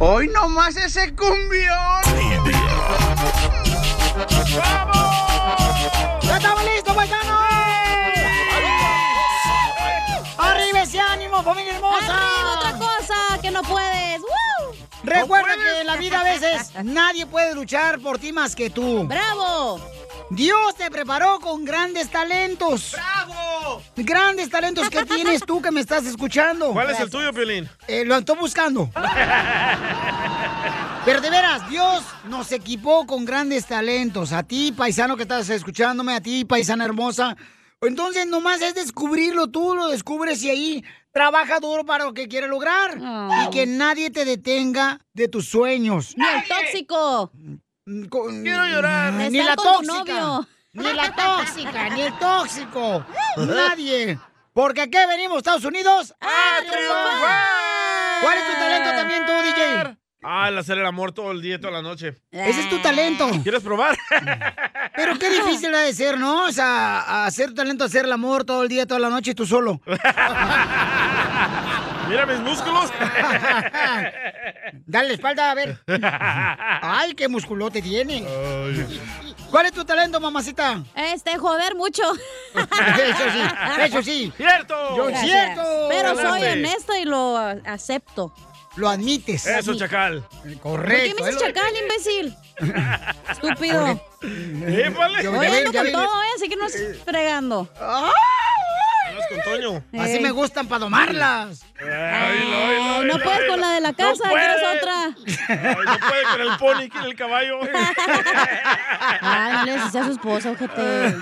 Hoy nomás ese cumbión. ¡Vamos! ¡Ya estamos listos, paisanos! ¡Arriba ese ánimo, familia hermosa! ¡Arriba otra cosa que no puedes! ¡Woo! Recuerda que en la vida a veces nadie puede luchar por ti más que tú. ¡Bravo! Dios te preparó con grandes talentos. ¡Bravo! Grandes talentos que tienes tú que me estás escuchando. ¿Cuál es el tuyo, Piolín? Eh, lo estoy buscando. Pero de veras, Dios nos equipó con grandes talentos. A ti, paisano que estás escuchándome, a ti, paisana hermosa. Entonces, nomás es descubrirlo tú, lo descubres y ahí trabaja duro para lo que quieres lograr. Y que nadie te detenga de tus sueños. ¡Ni el tóxico! Con- Quiero llorar. Ni Estar la con tu tóxica. novio. Ni la tóxica, ni el tóxico. Nadie. Porque aquí venimos, Estados Unidos, a triunfar. ¿Cuál es tu talento también tú, DJ? Ah, el hacer el amor todo el día, toda la noche. Ese Ah. es tu talento. Ah. ¿Quieres probar? Pero qué difícil ha de ser, ¿no? O sea, a- hacer tu talento, hacer el amor todo el día, toda la noche, tú solo. Mira mis músculos. Dale la espalda, a ver. Ay, qué musculote tiene. ¿Cuál es tu talento, mamacita? Este, joder mucho. Eso sí, eso sí. ¡Cierto! Yo Gracias. cierto. Pero soy Ganaste. honesta y lo acepto. Lo admites. Eso, chacal. ¿Por qué Correcto. me dices ¿eh? chacal, imbécil? Estúpido. ¡Épale! Yo- Yo... ya Hoy ven, ando ya con ven. todo, ¿eh? Así que no es fregando. con Toño. Así Ey. me gustan para domarlas. Eh, Ay, no, ay, Ay, Ah, no ay, puedes ay, con la de la no casa, quieres puede. otra. Ay, no puede con el pony, quiere el caballo. Ay, no le decís a su esposa, ojete.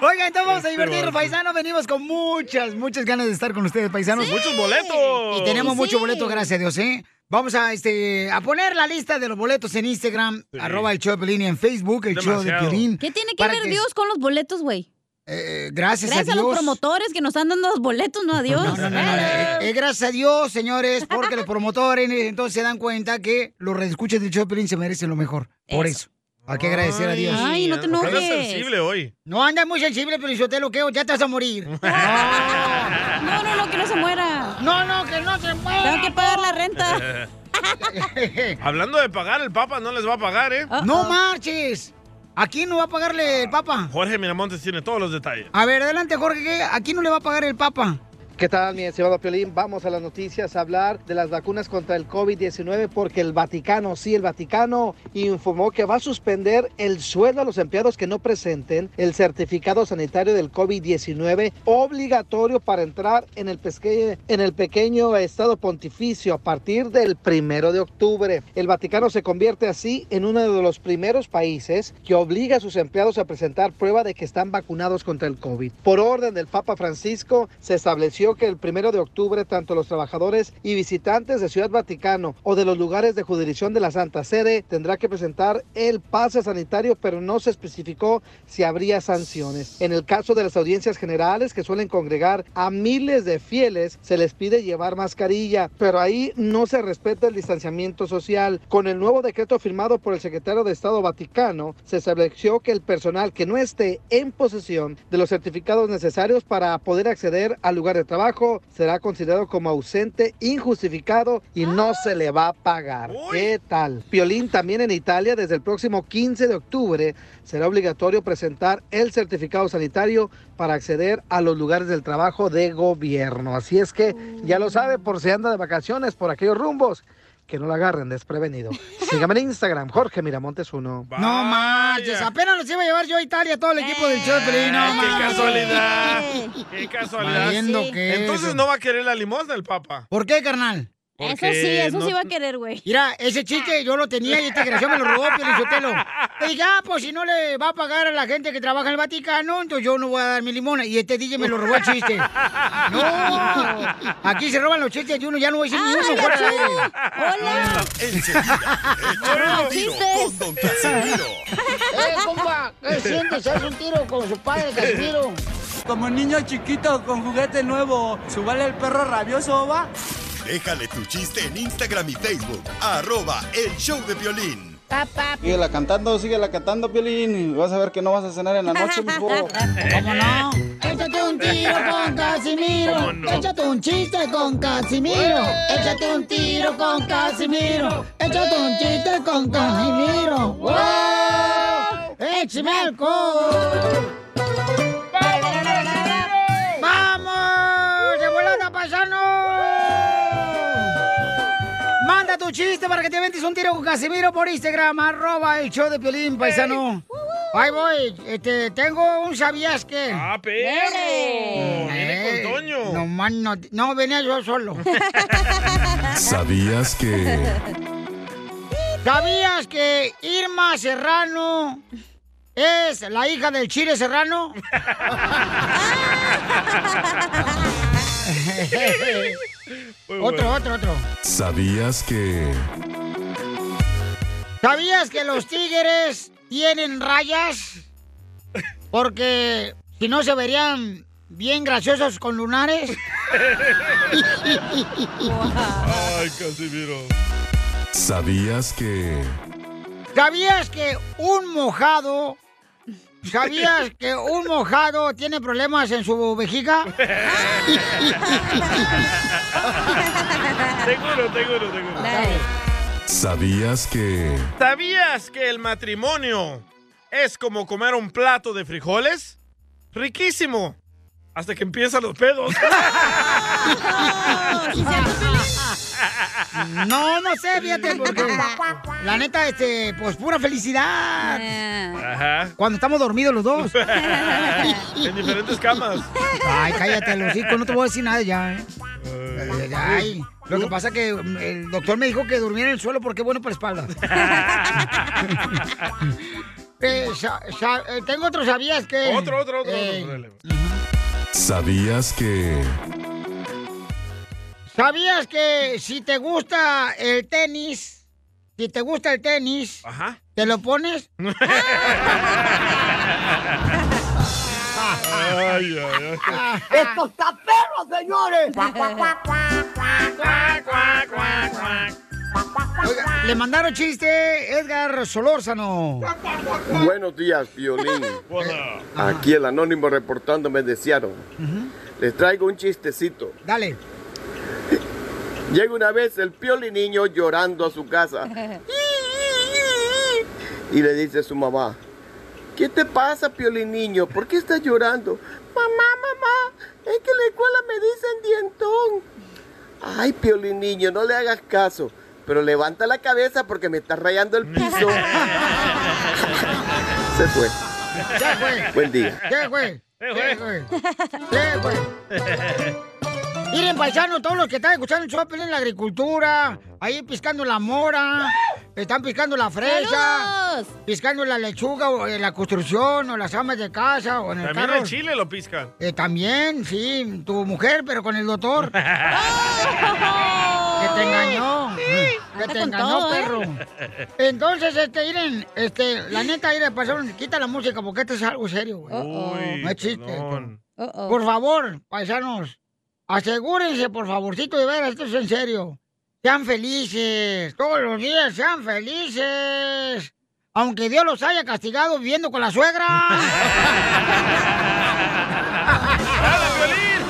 Oiga, entonces vamos a divertirnos, paisanos. Venimos con muchas, muchas ganas de estar con ustedes, paisanos. ¡Muchos boletos! Y tenemos Sí. muchos boletos, gracias a Dios, ¿eh? Vamos a, este, a poner la lista de los boletos en Instagram, arroba el show de Piolín, y en Facebook, el show de Demasiado. Piolín. ¿Qué tiene que Para ver Dios con los boletos, güey? eh, gracias, Gracias a Dios. los promotores que nos están dando los boletos, no a Dios. No, no, no, no, eh, eh, gracias a Dios, señores, porque los promotores eh, entonces se dan cuenta que los reescuchas del show de Piolín se merecen lo mejor. Por eso. Hay que agradecer a Dios. Ay, no te Ojalá enojes. sensible hoy. No andas muy sensible, pero yo te lo queo, ya te vas a morir. No, no, no, que no se muera. No, no, que no se Tengo muera. que pagar la renta. Hablando de pagar, el Papa no les va a pagar, ¿eh? Ah, No marches. ¿A quién no va a pagarle el Papa? Jorge Miramontes tiene todos los detalles. A ver, adelante, Jorge, ¿qué? ¿a quién no le va a pagar el Papa? ¿Qué tal, mi estimado Piolín? Vamos a las noticias a hablar de las vacunas contra el COVID-19 porque el Vaticano, sí, el Vaticano informó que va a suspender el sueldo a los empleados que no presenten el certificado sanitario del COVID-19 obligatorio para entrar en el, pesque- en el pequeño estado pontificio a partir del primero de octubre. El Vaticano se convierte así en uno de los primeros países que obliga a sus empleados a presentar prueba de que están vacunados contra el COVID. Por orden del Papa Francisco, se estableció que el primero de octubre, tanto los trabajadores y visitantes de Ciudad Vaticano o de los lugares de jurisdicción de la Santa Sede tendrá que presentar el pase sanitario, pero no se especificó si habría sanciones. En el caso de las audiencias generales, que suelen congregar a miles de fieles, se les pide llevar mascarilla, pero ahí no se respeta el distanciamiento social. Con el nuevo decreto firmado por el secretario de Estado Vaticano, se estableció que el personal que no esté en posesión de los certificados necesarios para poder acceder al lugar de trabajo, trabajo, será considerado como ausente, injustificado y no se le va a pagar. ¿Qué tal? Piolín también en Italia, desde el próximo 15 de octubre, será obligatorio presentar el certificado sanitario para acceder a los lugares del trabajo de gobierno. Así es que ya lo sabe por si anda de vacaciones por aquellos rumbos. Que no la agarren desprevenido. Sígame en Instagram, Jorge Miramontes 1. No marches, apenas los iba a llevar yo a Italia, todo el equipo del show de Pelín, no Ay, ¡Qué marches. casualidad! ¡Qué casualidad! Valiendo que- Entonces no va a querer la limosna el papa. ¿Por qué, carnal? Porque Eso sí, eso no- sí va a querer, güey. Mira, ese chiste yo lo tenía y este desgraciado me lo robó, Pelichotelo. Le dije, ah, pues si no le va a pagar a la gente que trabaja en el Vaticano, entonces yo no voy a dar mi limona. Y este DJ me lo robó el chiste. No, aquí se roban los chistes y uno ya no voy a decir ni uno fuera del aire. ¡Hola! Ah, chistes. con Don Casimiro! ¡Eh, compa! ¿Qué sientes? ¿Haz un tiro con su padre, Casimiro? Como niño chiquito con juguete nuevo, ¿subale el perro rabioso, va? Déjale tu chiste en Instagram y Facebook. Arroba El Show de Violín. Papá. Síguela cantando, síguela cantando, Piolín. y Vas a ver que no vas a cenar en la noche, mijo. ¿Cómo no? Échate un tiro con Casimiro. Échate un chiste con Casimiro. Échate un tiro con Casimiro. Échate un chiste con Casimiro. ¡Wow! ¡Échame alcohol! ¡Vamos! ¡De volada, paisano! Manda tu chiste para que te ventes un tiro con Casimiro por Instagram, arroba el show de Piolín, paisano. Ahí voy, este, tengo un sabías que. ¡Ah, perro! Viene con Toño. No, man, no, no, venía yo solo. ¿Sabías que... ¿Sabías que Irma Serrano es la hija del Chile Serrano? otro, otro, otro. ¿Sabías que... ¿Sabías que los tigres tienen rayas? Porque si no se verían bien graciosos con lunares. ¡Ay, Casimiro! ¿Sabías que... ¿Sabías que un mojado... ¿Sabías que un mojado tiene problemas en su vejiga? Seguro, seguro, seguro. ¿Sabías que... ¿Sabías que el matrimonio es como comer un plato de frijoles? Riquísimo. Hasta que empiezan los pedos. No, no sé, fíjate, porque la neta, este, pues pura felicidad. Eh. Ajá. Cuando estamos dormidos los dos. en diferentes camas. Ay, cállate, los hijos, no te voy a decir nada ya, ¿eh? Ay, ay. Lo que pasa que mm, el doctor me dijo que durmiera en el suelo porque es bueno para la espalda. Eh, sa- sa- eh, tengo otro, ¿sabías que? Otro, otro, otro, Eh, otro, dale. ¿Sabías que... ¿Sabías que si te gusta el tenis, si te gusta el tenis, te lo pones? Ay, ay, ay. ¡Esto está perro, señores! Oiga, le mandaron chiste Edgar Solórzano. Buenos días, Violín. Aquí el anónimo reportando me desearon. Les traigo un chistecito. Dale. Llega una vez el Pioli niño llorando a su casa y le dice a su mamá, ¿qué te pasa, Pioli niño? ¿Por qué estás llorando? Mamá, mamá, es que en la escuela me dicen dientón. Ay, Pioli niño, no le hagas caso, pero levanta la cabeza porque me estás rayando el piso. Se fue. Ya, güey. Buen día. Ya, güey. Ya, güey. Ya, güey. Miren, paisanos, todos los que están escuchando el show en la agricultura, ahí piscando la mora, están piscando la fresa, piscando la lechuga o en la construcción o las amas de casa o en el También carro. el chile lo pisca. Eh, también, sí, tu mujer, pero con el doctor. que te engañó. Que con te engañó, todo, ¿eh? perro. Entonces, este, miren, este, la neta, miren, pasaron, quita la música porque esto es algo serio, güey. no es chiste. esto. Por favor, paisanos, asegúrense, por favorcito, de ver, esto es en serio. Sean felices, todos los días sean felices. Aunque Dios los haya castigado viviendo con la suegra. ¡Dale, Piolín!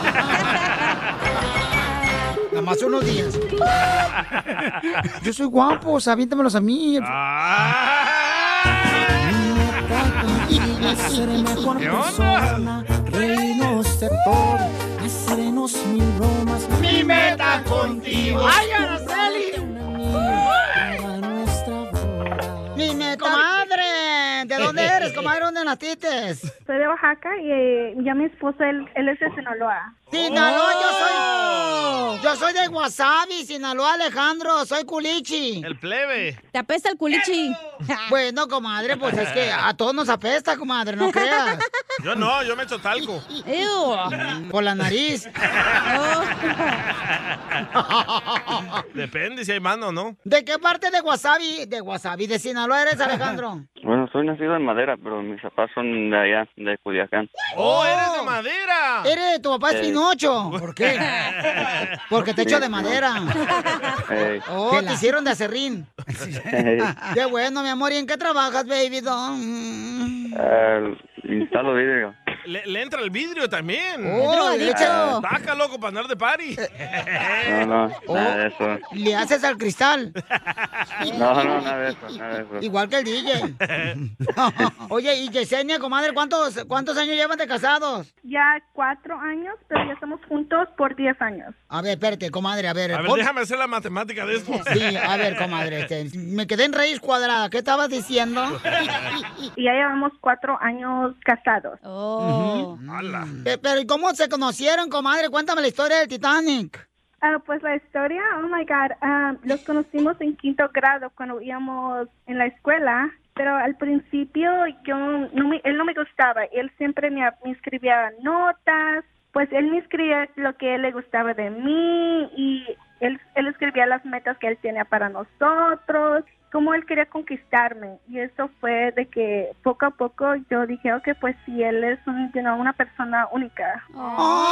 Nada más unos días. Yo soy guapo, aviéntamelos a mí. ¿Qué onda? Reinos sector, hacernos mil bromas. Mi meta contigo. ¡Ay, Araceli! Dime, comadre, ¿de dónde eres, comadre? ¿Dónde naciste? Soy de Oaxaca y eh, ya mi esposo, él, él es de Sinaloa. Sinaloa, yo soy. Yo soy de Wasabi, Sinaloa, Alejandro. Soy culichi. El plebe. Te apesta el culichi. Bueno, comadre, pues es que a todos nos apesta, comadre, no creas. Yo no, yo me echo talco. Por la nariz. Depende si hay mano o no. ¿De qué parte de Wasabi, de Wasabi, de Sinaloa eres, Alejandro? Bueno, soy nacido en Madera, pero mis papás son de allá, de Culiacán. ¡Oh, eres de madera! Eres, tu papá es Eh. Pinocho. ¿Por qué? Porque te echo de Sí. madera. Ey. Oh, te hicieron de acerrín. Ey. Qué bueno, mi amor. ¿Y en qué trabajas, baby? don? Eh, instalo vidrio. Le, le entra el vidrio también. Oh, Es drogadicto. Taca, loco, para andar de party. Eh, No, no, nada de eso. ¿Le haces al cristal? No, no, nada de eso, nada de eso. Igual que el DJ. Oye, y Yesenia, comadre, ¿cuántos, cuántos años llevan de casados? Ya cuatro años, pero ya estamos juntos por diez años. A ver, espérate, comadre, a ver. A ver, pon- déjame hacer la matemática de esto. Sí, a ver, comadre, este, me quedé en raíz cuadrada. ¿Qué estabas diciendo? Y ya llevamos cuatro años casados. Pe- Pero ¿y cómo se conocieron, comadre? Cuéntame la historia del Titanic. Ah, pues la historia, oh my God, ah, los conocimos en quinto grado cuando íbamos en la escuela, pero al principio yo no me- él no me gustaba, él siempre me, me escribía notas, pues él me escribía lo que él le gustaba de mí y él, él escribía las metas que él tenía para nosotros, cómo él quería conquistarme y eso fue de que poco a poco yo dije, ok, pues si él es un- you know, una persona única. Oh.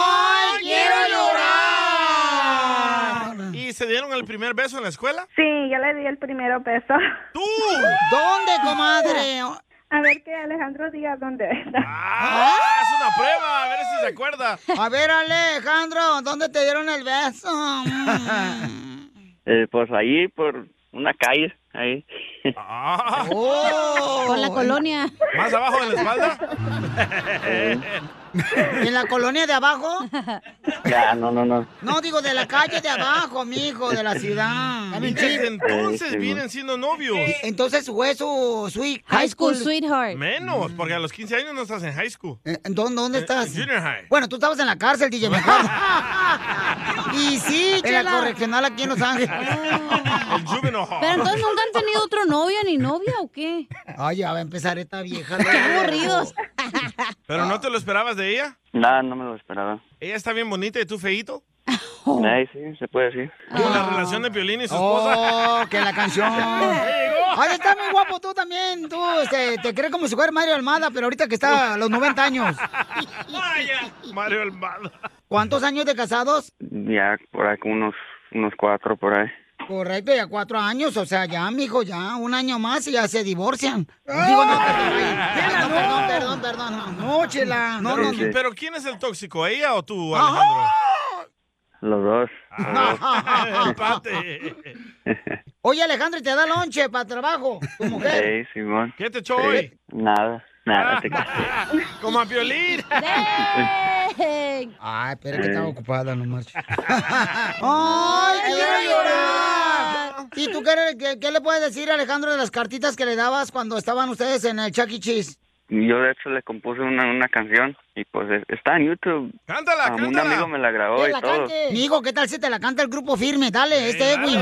¡Ay, quiero llorar! ¿Y se dieron el primer beso en la escuela? Sí, yo le di el primero beso. ¡Tú! ¿Dónde, comadre? A ver que Alejandro diga dónde. ¡Ah! ¡Es una prueba! A ver si se acuerda. A ver, Alejandro, ¿dónde te dieron el beso? Mm. Eh, pues ahí, por una calle, ahí. Con la colonia. ¿Más abajo de la espalda? Eh. Eh, ¿En la colonia de abajo? Ya, no, no, no. No, digo, de la calle de abajo, mijo, de la ciudad. Y desde Ah, entonces Sí, vienen siendo novios. Entonces fue su sweet high school. sweetheart. Menos, porque a los 15 años no estás en high school. ¿Dónde, dónde Eh, estás? Junior high. Bueno, tú estabas en la cárcel, DJ, me acuerdo. Y sí, En la chela. correccional aquí en Los Ángeles. El juvenile hall. Pero entonces nunca han tenido otro novio ni novia o qué? Ay, ya va a empezar esta vieja. Qué aburridos. ¿Pero no te lo esperabas de ella? No, no me lo esperaba. ¿Ella está bien bonita y tú feíto? Ahí sí, se puede decir. Como la relación de Piolín y su Ah. Oh, esposa. que la canción. Ay, está muy guapo tú también. Tú este, te crees como si fuera Mario Almada, pero ahorita que está a los 90 años. Vaya, Mario Almada. ¿Cuántos años de casados? Ya, por ahí, como unos, unos cuatro por ahí. Correcto, ya cuatro años. O sea, ya, mijo, ya un año más y ya se divorcian. Digo, no, perdón, perdón, perdón, perdón. No, no, chela. No, pero, no, qui- no. pero ¿quién es el tóxico, ella o tú, Alejandro? Los dos. Ah. Empate. Oye, Alejandro, ¿y te da lonche para trabajo? Tu mujer. Ey, Simón. ¿Qué te echó hoy? Ah. Nada, nada. te creas. Como a Piolín. Ay, espera que estaba ocupada nomás. ¡Ay, ¡Ay, quiero quiero llorar! ¿Y tú qué, le- qué- qué le puedes decir a Alejandro de las cartitas que le dabas cuando estaban ustedes en el Chuck E. Cheese? Yo de hecho le compuse una, una canción y pues es- está en YouTube. Ah, Cántala, Un cántala. amigo me la grabó Que y la todo. cante. Mijo, ¿qué tal si te la canta el grupo firme? Dale, este Edwin.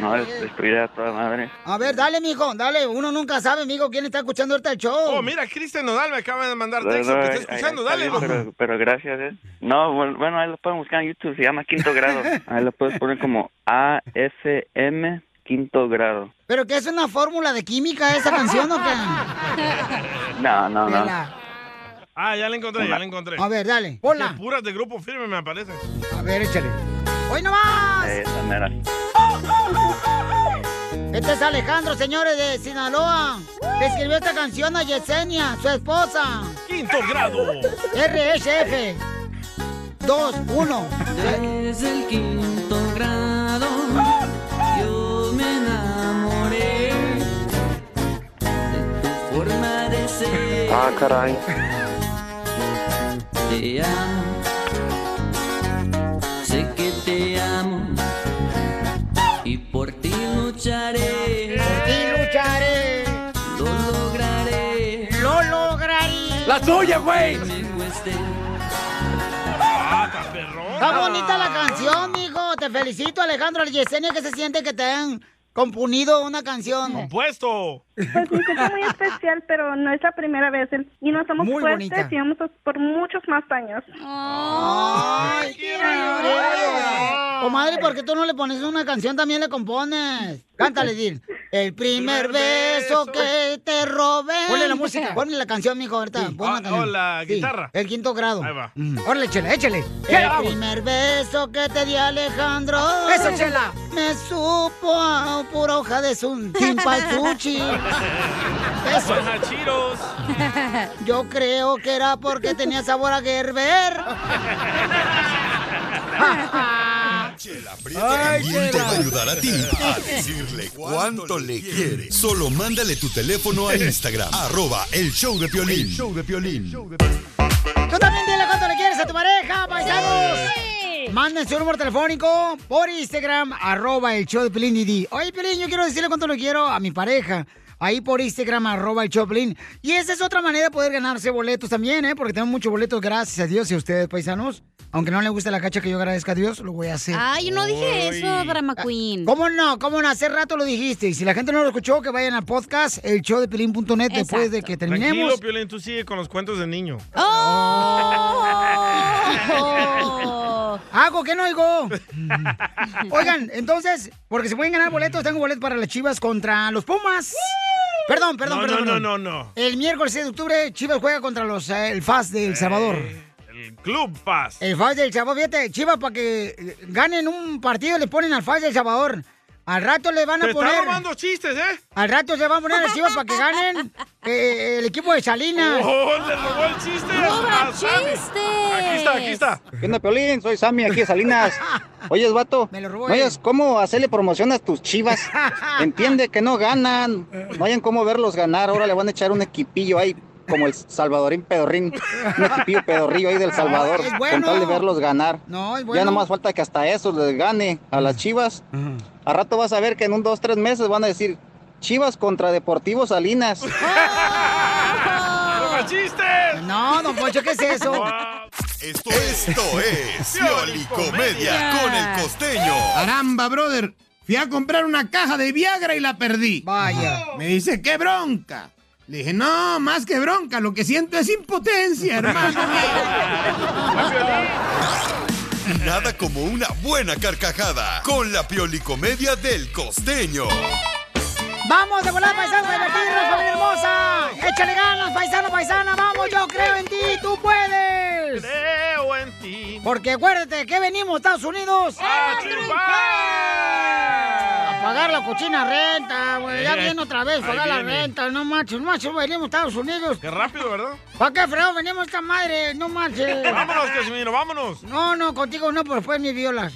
No, es- estuviera toda madre. A ver, dale, mijo, dale. Uno nunca sabe, mijo, quién está escuchando ahorita el show. Oh, mira, Cristian Nodal me acaba de mandar No, texto no, que ahí- está ahí escuchando. está Dale, bien, loco. pero, pero gracias, ¿eh? No, bueno, bueno, ahí lo pueden buscar en YouTube, se llama Quinto Grado. Ahí lo puedes poner como AFM Quinto Grado. ¿Pero qué es una fórmula de química esa canción o qué? No, no, no. Vela. Ah, ya la encontré, ya la encontré. A ver, dale. Hola. Qué puras de grupo firme me aparecen. A ver, échale. ¡Hoy no más! Ahí está, mira. Este es Alejandro, señores de Sinaloa. Le escribió esta canción a Yesenia, su esposa. Quinto grado. RSF 2-1. Desde el quinto grado yo me enamoré de tu forma de ser. Ah, caray. Te amo, sé que te amo y por ti lucharé. Por ti lucharé. Lo lograré. Lo lograré. La tuya, güey. Ah, Está bonita la canción, mijo. Te felicito, Alejandro Yesenia, que se siente que te hayan componido una canción. Compuesto. Pues me siento muy especial, pero no es la primera vez. El- Y nos somos Muy fuertes bonita. Ah. y vamos a- por muchos más años. Ay, Comadre, Oh, ¿por qué tú no le pones una canción también le compones? Cántale, Dil. El primer beso que te robé. Ponle la música. Ah, Ponle la canción, mijo, ahorita. Pon la canción. o la Sí, guitarra. El quinto grado. Ahí va. Mm. Órale, chela, échale. Chela, el vamos. primer beso que te di, Alejandro. Eso, chela. Me supo a pura hoja de sun, timpalchuchi. Eso. Guanachiros. Yo creo que era porque tenía sabor a Gerber. Chela Prieto también te va a ayudar a ti a decirle cuánto le quiere. Solo mándale tu teléfono a Instagram, arroba el show de Piolín. El show de Piolín. Tú también dile cuánto le quieres a tu pareja, paisanos. Mándense un número telefónico por Instagram, arroba el show de Pelín y di, Oye, Pelín, yo quiero decirle cuánto le quiero a mi pareja. Ahí por Instagram, arroba el show de Pelín. Y esa es otra manera de poder ganarse boletos también, ¿eh? Porque tengo muchos boletos, gracias a Dios y a ustedes, paisanos. Aunque no le guste la cacha que yo agradezca a Dios, lo voy a hacer. Ay, yo no dije eso, drama queen. ¿Cómo no? ¿Cómo no? Hace rato lo dijiste. Y si la gente no lo escuchó, que vayan al podcast, el show de Pelín.net, después de que Tranquilo, terminemos. Oh. Piolín, tú sigue con los cuentos de niño. Hago que no oigo. Oigan, entonces, porque se pueden ganar boletos, tengo boletos para las Chivas contra los Pumas. Perdón, perdón, no, perdón. no, perdón. no, no, no. El miércoles 6 de octubre, Chivas juega contra los eh, el FAS de El Salvador. Eh, El Club Paz. El FAS del Salvador, fíjate, Chivas para que eh, ganen un partido le ponen al FAS del Salvador. Al rato le van a Te está poner. robando chistes, ¿eh? Al rato se van a poner las Chivas para que ganen eh, el equipo de Salinas. ¡Oh, le robó el chiste! ¡Roba a Sammy. chistes! Aquí está, aquí está. ¿Qué onda, Piolín? Soy Sammy, aquí de Salinas. Oyes, vato. Me ¿no robó hayas cómo hacerle promoción a tus chivas. Entiende que no ganan. No hayan cómo verlos ganar. Ahora le van a echar un equipillo ahí, como el salvadorín pedorrín. Un equipillo pedorrillo ahí del Salvador. Es Con bueno. tal de verlos ganar. No, es Ya bueno. nomás falta que hasta eso les gane a las chivas. A rato vas a ver que en un, dos, tres meses van a decir... Chivas contra Deportivo Salinas. ¡Roba chistes! ¡Oh! No, don Poncho, ¿qué es eso? Esto, esto es Pioli Comedia con el costeño. Caramba, brother. Fui a comprar una caja de Viagra y la perdí. Vaya. Me dice, qué bronca. Le dije, no, más que bronca, lo que siento es impotencia, hermano. Nada como una buena carcajada con la Pioli Comedia del costeño. ¡Vamos de volar, paisanos, a divertirnos, familia hermosa! ¡Échale ganas, paisano, paisana! ¡Vamos, yo creo en ti! ¡Tú puedes! Creo en ti. Porque acuérdate que venimos, Estados Unidos, ¡A triunfar! a pagar la cochina renta, güey. Ya Eh, viene otra vez, ahí pagar la viene. renta. No marches, no marches, venimos, Estados Unidos. Qué rápido, ¿verdad? ¿Para qué freo venimos esta madre? No marches. Vámonos, Casimiro, vámonos. No, no, contigo no, porque después me violas.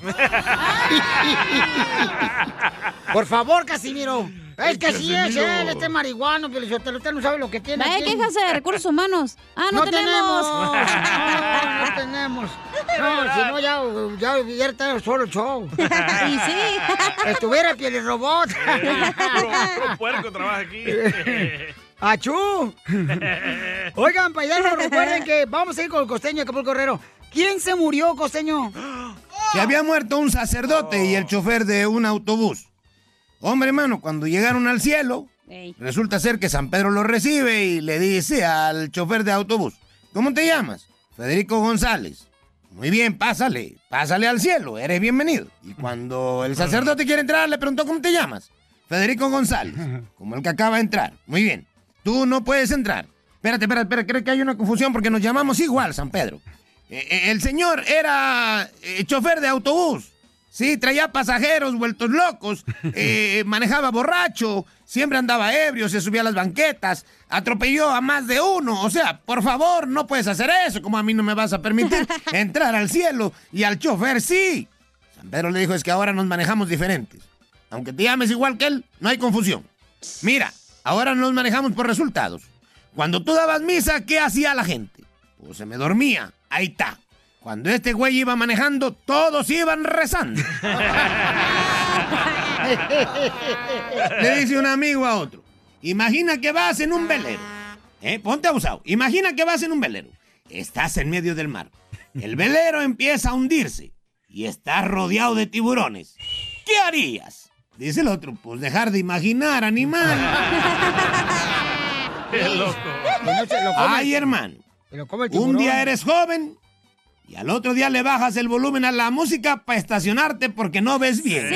Por favor, Casimiro. Es que sí es Casimiro. él, este marihuano, pero si usted no sabe lo que tiene. Vaya aquí. quejas de recursos humanos. Ah, no, tenemos. No, no tenemos. No, si no, ya, ya hubiera estado solo el show. Y sí. Estuviera piel robot. Puro puerco trabaja aquí. ¡Achú! Oigan, paisanos, recuerden que vamos a ir con el costeño de Acapulco Correro. ¿Quién se murió, costeño? Se había muerto un sacerdote y el chofer de un autobús. Hombre, hermano, cuando llegaron al cielo, resulta ser que San Pedro lo recibe y le dice al chofer de autobús, ¿cómo te llamas? Federico González. Muy bien, pásale, pásale al cielo, eres bienvenido. Y cuando el sacerdote quiere entrar, le preguntó, ¿cómo te llamas? Federico González, como el que acaba de entrar. Muy bien, tú no puedes entrar. Espérate, espérate, espérate, creo que hay una confusión porque nos llamamos igual, San Pedro. Eh, eh, el señor era eh, chofer de autobús. Sí, traía pasajeros vueltos locos, eh, manejaba borracho, siempre andaba ebrio, se subía a las banquetas, atropelló a más de uno. O sea, por favor, no puedes hacer eso, como a mí no me vas a permitir entrar al cielo y al chofer sí. San Pedro le dijo, es que ahora nos manejamos diferentes. Aunque te llames igual que él, no hay confusión. Mira, ahora nos manejamos por resultados. Cuando tú dabas misa, ¿qué hacía la gente? Pues se me dormía. Ahí está. Cuando este güey iba manejando, todos iban rezando. Le dice un amigo a otro. Imagina que vas en un velero. Eh, Ponte abusado. Imagina que vas en un velero. Estás en medio del mar. El velero empieza a hundirse y estás rodeado de tiburones. ¿Qué harías? Dice el otro, pues dejar de imaginar, animal. Qué loco. Ay, hermano. Un tiburón. día eres joven y al otro día le bajas el volumen a la música para estacionarte porque no ves bien.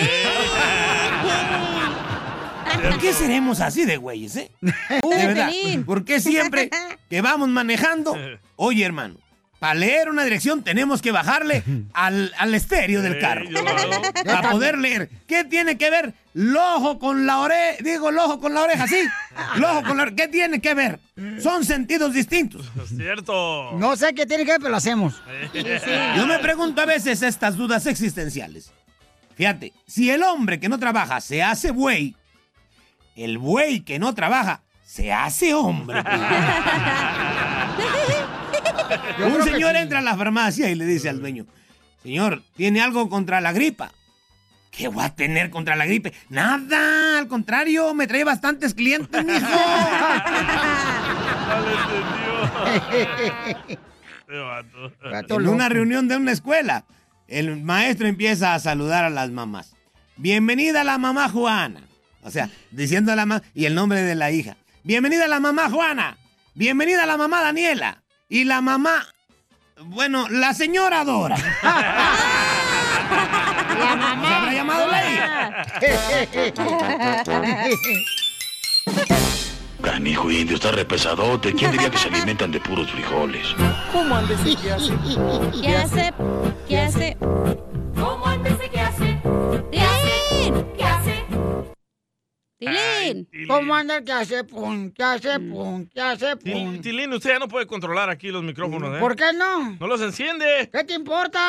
¿Por qué seremos así de güeyes, eh? de verdad. Pelín. ¿Por qué siempre que vamos manejando? Oye, hermano, para leer una dirección tenemos que bajarle al, al estéreo del carro. Para poder leer. ¿Qué tiene que ver lojo con la oreja? Digo, lojo con la oreja, sí. Lojo con la oreja. ¿Qué tiene que ver? Son sentidos distintos. Es cierto. No sé qué tiene que ver, pero lo hacemos. Sí, sí. Yo me pregunto a veces estas dudas existenciales. Fíjate, si el hombre que no trabaja se hace buey, el buey que no trabaja se hace hombre. Un señor entra a la farmacia y le dice al dueño, señor, ¿tiene algo contra la gripa? ¿Qué voy a tener contra la gripe? Nada, al contrario, me trae bastantes clientes, mijo. En una reunión de una escuela, el maestro empieza a saludar a las mamás. Bienvenida la mamá Juana. O sea, diciendo la mamá y el nombre de la hija. Bienvenida la mamá Juana. Bienvenida la mamá Daniela. Y la mamá, bueno, la señora Dora. La mamá. ¿Se habrá llamado la Canijo indio, está repesadote. ¿Quién diría que se alimentan de puros frijoles? ¿Cómo andes y qué hace? ¿Qué hace? ¿Qué hace? ¿Cómo andes y qué hace? ¿Qué hace? ¿Qué hace? Tilín. ¿Cómo anda el que hace pum? ¿Qué hace pum? ¿Qué hace Til- pum? Tilín, usted ya no puede controlar aquí los micrófonos, ¿eh? ¿Por qué no? No los enciende. ¿Qué te importa?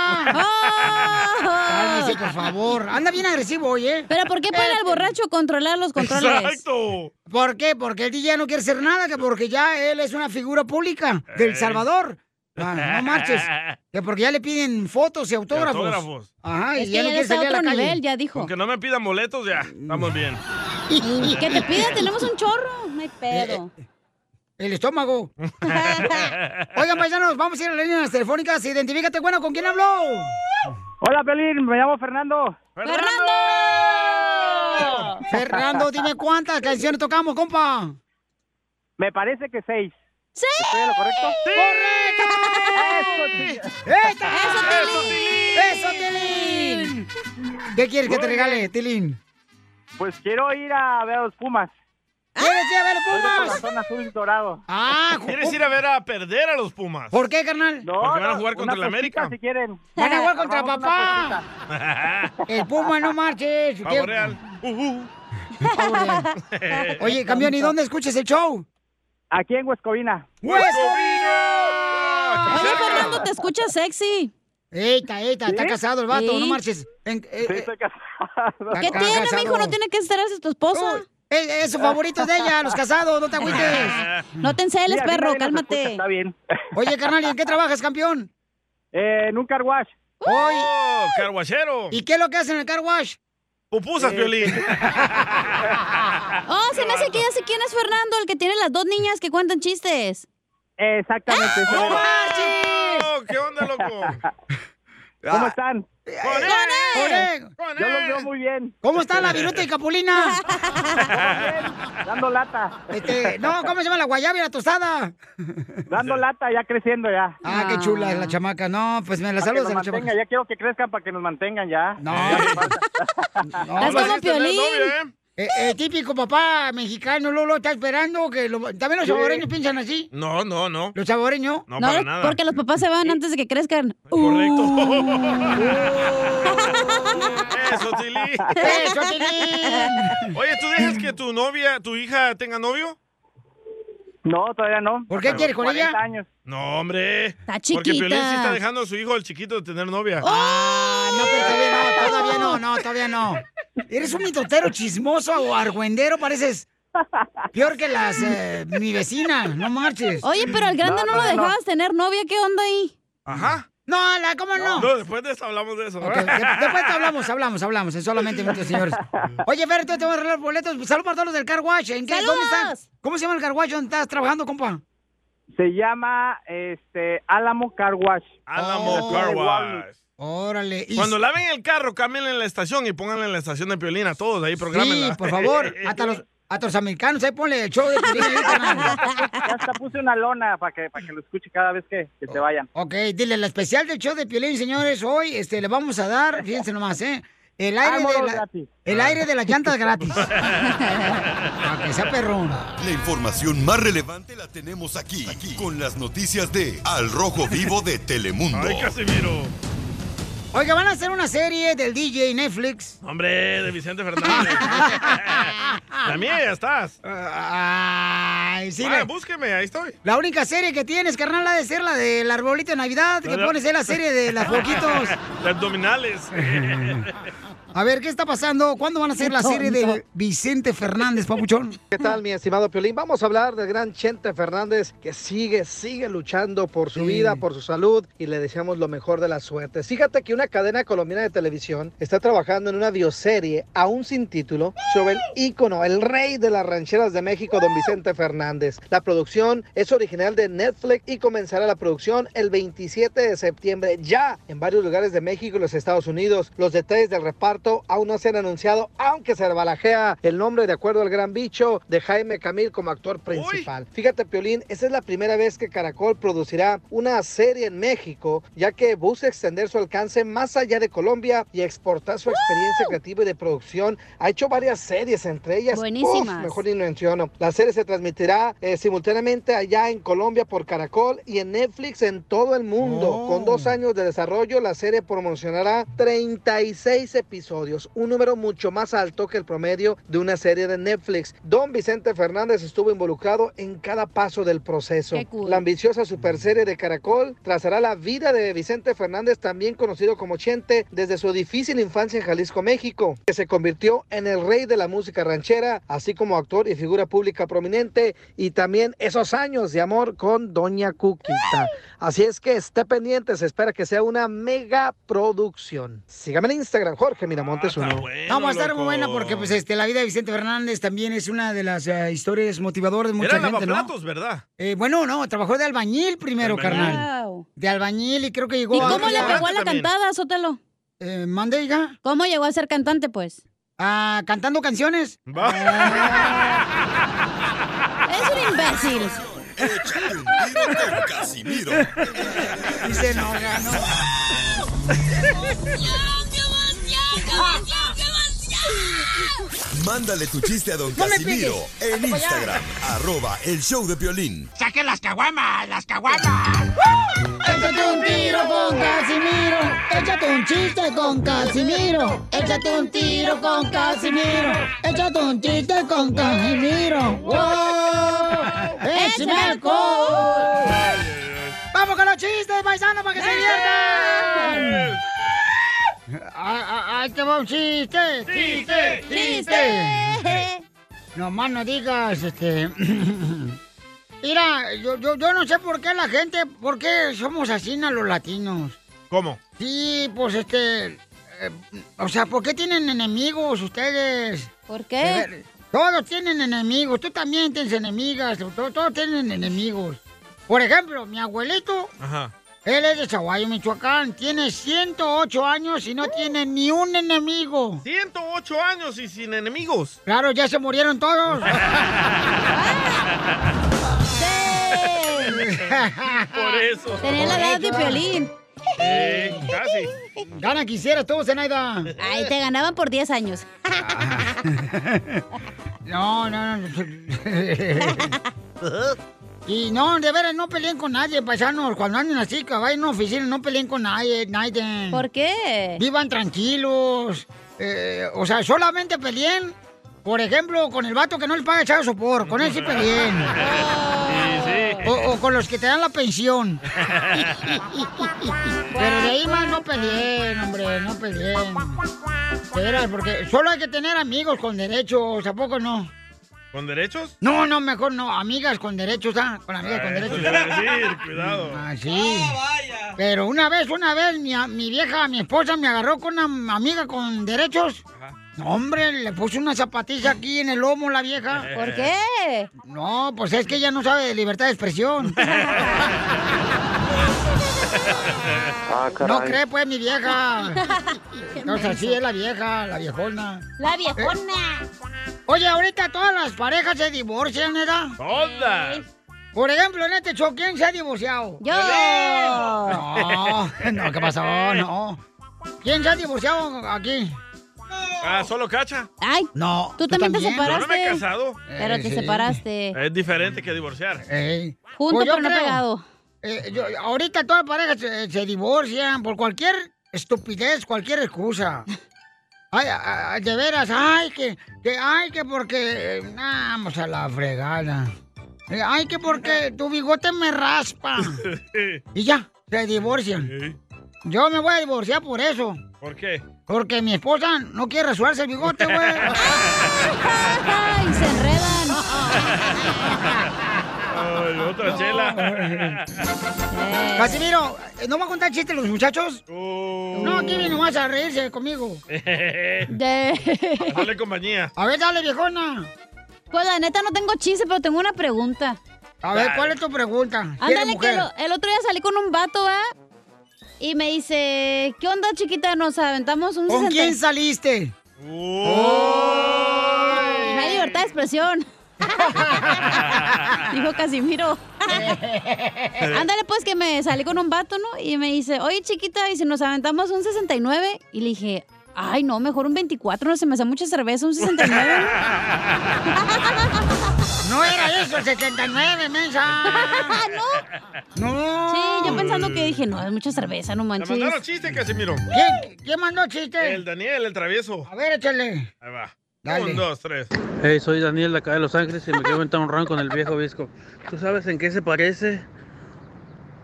Cálmese, por favor. Anda bien agresivo hoy, ¿eh? ¿Pero por qué para el borracho controlar los controles? ¡Exacto! ¿Por qué? Porque el DJ ya no quiere hacer nada, que porque ya él es una figura pública del Ey. Salvador. Ah, no marches. Que porque ya le piden fotos y autógrafos. autógrafos. Ajá, y ya no quiere salir a la calle. Eh, ya dijo. Aunque no me pidan boletos, ya. Estamos bien. Que te pida, tenemos un chorro. No hay pedo. eh, El estómago. Oigan, paisanos, vamos a ir a las líneas telefónicas. Identifícate, bueno, ¿con quién habló? Hola, Pelín, me llamo Fernando. ¡Fernando! Fernando, dime cuántas canciones tocamos, compa. Me parece que seis. ¡Sí! ¿Estoy en lo correcto? ¡Correcto! ¡Esta! ¡Eso, Tilín! ¿Qué quieres que te Muy regale, Tilín? Pues quiero ir a ver a los Pumas. ¿Quieres ir a ver a Soy de los Pumas? corazón azul y dorado. Ah, ju- ¿Quieres ir a ver a perder a los Pumas? ¿Por qué, carnal? No, Porque van a no, jugar contra una el América. apuesta, Si quieren. Van a jugar contra Armamos papá. una apuestita. El Puma no marches. ¿Qué- Pavo real. Uh, Pavo real. Oye, camión, ¿y dónde escuchas el show? Aquí en Huescovina. ¡Huescovina! Oye, Fernando, te escucha sexy. Eita, eita, está ¿Sí? casado el vato, Sí. no marches. En- eh, eh, está ¿Qué ca- tiene, casado. mijo? No tiene que estar así tu esposa. es, su favorito de ella, los casados, no te agüites. No te enceles, Sí, aquí perro, nadie nos escucha, cálmate. Está bien. Oye, carnal, ¿y en qué trabajas, campeón? Eh, en un car wash. Hoy. Oh, carguachero! ¿Y qué es lo que hacen en el car wash? Pupusas, Eh, Piolín. Oh, se me hace que ya sé quién es Fernando, el que tiene las dos niñas que cuentan chistes. ¡Ah! Exactamente. ese mero. ¡Oh, qué onda, loco! ¿Cómo Ah. están? ¡Con él! Ore, Yo los veo muy bien. ¿Cómo está la viruta y capulina? Dando lata. Este, no, ¿cómo se llama la guayaba y la tostada? Dando lata, ya creciendo ya. Ah, qué chula es la chamaca. No, pues me la Para que saludas nos a la chamaca. mantengan, ya quiero que crezcan para que nos mantengan ya. No. No, Estás como pues, este, Piolín. Eh, eh, típico papá mexicano, Lolo, está esperando que lo- también los Sí. saboreños piensan así. No, no, no. ¿Los saboreños? No, para nada. Porque los papás se van antes de que crezcan. Correcto. Uh. Sotilín! Eh, ¡Eso, Oye, ¿tú dejas que tu novia, tu hija tenga novio? No, todavía no. ¿Por qué quieres con ella? años. No, hombre. Está Porque chiquita. Piolín sí está dejando a su hijo, el chiquito, de tener novia. ¡Oh! Ah, no, pero todavía no, todavía no, no, todavía no. Eres un mitotero chismoso o argüendero, pareces peor que las eh, mi vecina, no marches. Oye, pero al grande no, lo dejabas tener novia, ¿qué onda ahí? Ajá. No, la, ¿cómo no? No, después de eso hablamos de eso. Ok, de- después te hablamos, hablamos, hablamos, en solamente minutos, señores. Oye, Fer, tú te voy a arreglar boletos. Saludos para todos los del Car Wash. ¿En qué? ¿Dónde están? ¿Cómo se llama el Car Wash? ¿Dónde estás trabajando, compa? Se llama este Álamo Car Wash. Álamo Oh. Car Wash. Órale. y- Cuando laven el carro, cámbienle en la estación y pónganle en la estación de Piolín a todos, ahí programenla. Sí, por favor, hasta los, hasta los americanos, ahí ponle el show de Piolín ahí, carnal. Ya hasta puse una lona para que, para que lo escuche cada vez que, que se vayan. Ok, dile, la especial del show de Piolín, señores, hoy este, le vamos a dar, fíjense nomás, ¿eh? El aire, Vámonos de la- gratis. el aire de las llantas gratis. que sea perrón. La información más relevante la tenemos aquí, aquí, con las noticias de Al Rojo Vivo de Telemundo. Ay, Casimiro. Oiga, van a hacer una serie del DJ Netflix. Hombre, Eh, de Vicente Fernández. la mía ya estás. Ah, Ay, sí. Ah, la- búsqueme, ahí estoy. La única serie que tienes, carnal, ha de ser la del arbolito de Navidad, que No, no. pones en la serie de las foquitos. De abdominales. A ver, ¿qué está pasando? ¿Cuándo van a hacer la serie de Vicente Fernández, papuchón? ¿Qué tal, mi estimado Piolín? Vamos a hablar del gran Chente Fernández que sigue, sigue luchando por su Sí. vida, por su salud y le deseamos lo mejor de la suerte. Fíjate que una cadena colombiana de televisión está trabajando en una bioserie, aún sin título, sobre el ícono, el rey de las rancheras de México, don Vicente Fernández. La producción es original de Netflix y comenzará la producción el 27 de septiembre ya en varios lugares de México y los Estados Unidos. Los detalles del reparto aún no se han anunciado, aunque se balajea el nombre de acuerdo al gran bicho de Jaime Camil como actor principal. Fíjate, Piolín, esa es la primera vez que Caracol producirá una serie en México, ya que busca extender su alcance más allá de Colombia y exportar su experiencia creativa y de producción. Ha hecho varias series, entre ellas. Buenísimas. Uf, mejor ni lo menciono. La serie se transmitirá eh, simultáneamente allá en Colombia por Caracol y en Netflix en todo el mundo. Con dos años de desarrollo, la serie promocionará 36 episodios, un número mucho más alto que el promedio de una serie de Netflix. Don Vicente Fernández estuvo involucrado en cada paso del proceso. Qué cool. La ambiciosa super serie de Caracol trazará la vida de Vicente Fernández, también conocido como Chente, desde su difícil infancia en Jalisco, México, que se convirtió en el rey de la música ranchera, así como actor y figura pública prominente, y también esos años de amor con Doña Cuquita. Así es que esté pendiente, se espera que sea una mega producción. Sígame en Instagram, Jorge Miramontes uno. Eh, No, va a estar muy buena porque pues este la vida de Vicente Fernández también es una de las eh, historias motivadoras de mucha Era gente, ¿no? lavaplatos, ¿verdad? Eh, bueno, no, trabajó de albañil primero, De albañil. carnal. De albañil y creo que llegó ¿Y cómo a- le pegó a la cantada, Sótelo? Eh, ¿Mande, hija? ¿Cómo llegó a ser cantante, pues? Ah, cantando canciones. es un imbécil. Échate un tiro con Casimiro. Dice no, ganó. Mándale tu chiste a don No me Casimiro pegues. en Hazte pa' allá. Instagram, arroba el show de Piolín. ¡Saque las caguamas! ¡Las caguamas! Échate un tiro con Casimiro. Échate un chiste con Casimiro. Échate un tiro con Casimiro. Échate un chiste con Casimiro. ¡Wow! ¡Échame alcohol! ¡Vamos con los chistes, paisanos, para que se diviertan! Ah, ¡Ay, ay, ay, te va un chiste! ¡Chiste! ¡Chiste! Nomás no digas, este... Mira, yo, yo, yo no sé por qué la gente, por qué somos así ¿no? los latinos. ¿Cómo? Sí, pues este, eh, o sea, ¿por qué tienen enemigos ustedes? ¿Por qué? Todos tienen enemigos, tú también tienes enemigas, to- todos, tienen enemigos. Por ejemplo, mi abuelito, Ajá. él es de Chaguayo, Michoacán, tiene 108 años y no tiene ni un enemigo. 108 Uh. años y sin enemigos. Claro, ya se murieron todos. Por eso. Tenía la edad de Piolín. Eh, casi. Gana quisiera tú, Zenaida. Ay, te ganaban por 10 años. No, no, no. Y no, de veras, no peleen con nadie, paisanos. Cuando anden así, que vayan a una oficina, no peleen con nadie, nadie. ¿Por qué? Vivan tranquilos. Eh, o sea, solamente peleen, por ejemplo, con el vato que no les paga echado sopor. Con él sí peleen. Oh. O, o con los que te dan la pensión. Pero de ahí más no peleen, hombre, no peleen. De veras, porque solo hay que tener amigos con derechos, ¿a poco no? ¿Con derechos? No, no, mejor no. Amigas con derechos, ¿ah? Con amigas con Ah, eso derechos. te iba a decir, cuidado. Ah, sí. Pero una vez, una vez, mi, a- mi vieja, mi esposa me agarró con una amiga con derechos. No, hombre, le puse una zapatilla aquí en el lomo la vieja. ¿Por qué? No, pues es que ella no sabe de libertad de expresión. Ah, no cree, pues, mi vieja. No, o sea, sí es la vieja, la viejona. Eh, La viejona. Oye, ahorita todas las parejas se divorcian, ¿verdad? Todas. Por ejemplo, en este show, ¿quién se ha divorciado? Yo. No, no, ¿qué pasó? No. ¿Quién se ha divorciado aquí? Ah, solo cacha. Ay. No. Eh, Tú, también, te Yo separaste. no me he casado. Pero te separaste. Es diferente que divorciar. Junto, Pues yo pero no creo. pegado. Eh, yo- ahorita todas las parejas se, se divorcian por cualquier estupidez, cualquier excusa. Ay, a- a- de veras, ay, que, que, ay, que porque, eh, nah, vamos a la fregada. Eh, Ay, que porque tu bigote me raspa. Y ya, se divorcian. Yo me voy a divorciar por eso. ¿Por qué? Porque mi esposa no quiere rasurarse el bigote, güey. ¡Ay, se enredan! Ay, otra chela. Casimiro, eh, ¿no va a contar chistes los muchachos? No, aquí viene nomás a reírse conmigo. Eh, Para Hacerle compañía. A ver, dale, viejona. Pues la neta no tengo chiste, pero tengo una pregunta. A ver, ¿cuál es tu pregunta? Ándale, que lo- el otro día salí con un vato, ¿va? Y me dice, ¿qué onda, chiquita? Nos aventamos un ¿Con 60 quién saliste? No hay libertad de expresión. Dijo Casimiro. Ándale, pues que me salí con un vato, ¿no? Y me dice, oye, chiquita, ¿y si nos aventamos un 69? Y le dije, ay, no, mejor un 24, no se me hace mucha cerveza, un 69. No era eso, 79, mensa. no. No. Sí, yo pensando que dije, no, es mucha cerveza, no Te manches. mandaron chiste, Casimiro. ¿Quién, ¿Quién mandó chiste? El Daniel, el travieso. A ver, échale. Ahí va. Dale. Un, dos, tres. Hey, soy Daniel de acá de Los Ángeles y me quiero aventar un round con el viejo Visco. ¿Tú sabes en qué se parece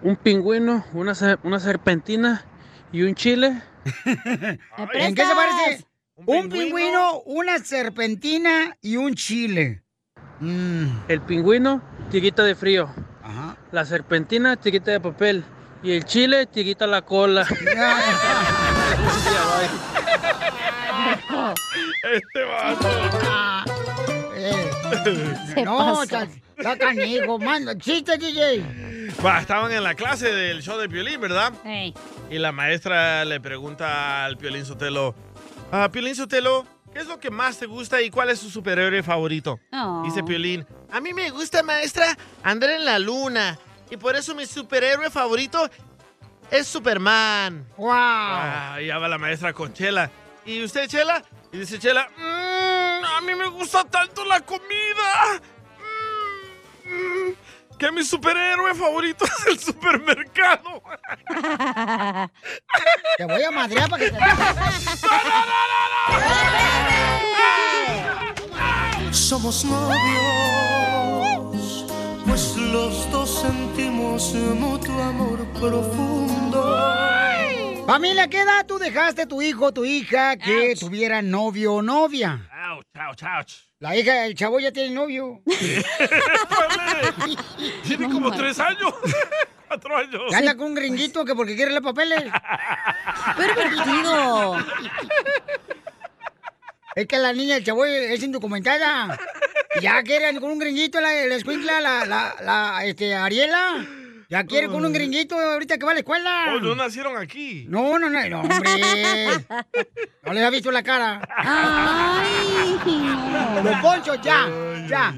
un pingüino, una, ser- una serpentina y un chile? ¿En qué se parece? Un pingüino, una serpentina y un chile. El pingüino, tirita de frío. Ajá. La serpentina, tirita de papel. Y el chile, tirita la cola. Este vato. Eh, Se no, pasó. está, está canijo. Manda, chiste, DJ. Va, estaban en la clase del show de Piolín, ¿verdad? Y la maestra le pregunta al Piolín Sotelo, ah, Piolín Sotelo, ¿qué es lo que más te gusta y cuál es su superhéroe favorito? Oh. Dice Piolín, a mí me gusta, maestra, andar en la luna. Y por eso mi superhéroe favorito es Superman. ¡Wow! Oh. Ah, y ya va la maestra con Chela. ¿Y usted, Chela? Y dice Chela, "Mm, a mí me gusta tanto la comida. Mm, mm, que mi superhéroe favorito es el supermercado. Te voy a madrear para que te... Somos novios, pues los dos sentimos mutuo amor profundo. Familia, ¿qué edad tú dejaste tu hijo o tu hija que tuviera novio o novia? Ouch, ouch, ouch. La hija del chavo ya tiene novio. Tiene como tres años, cuatro años. Ya anda con un gringuito que porque quiere los papeles. Pervertido. Es que la niña del chavo es indocumentada. Ya quieren con un gringuito la, la escuincla, la, la, la, este, Ariela. Ya quiere con un gringuito ahorita que va a la escuela. Oh, no nacieron aquí. No, no, no, no, hombre. No les ha visto la cara. Ay, Don Poncho, ya, ya.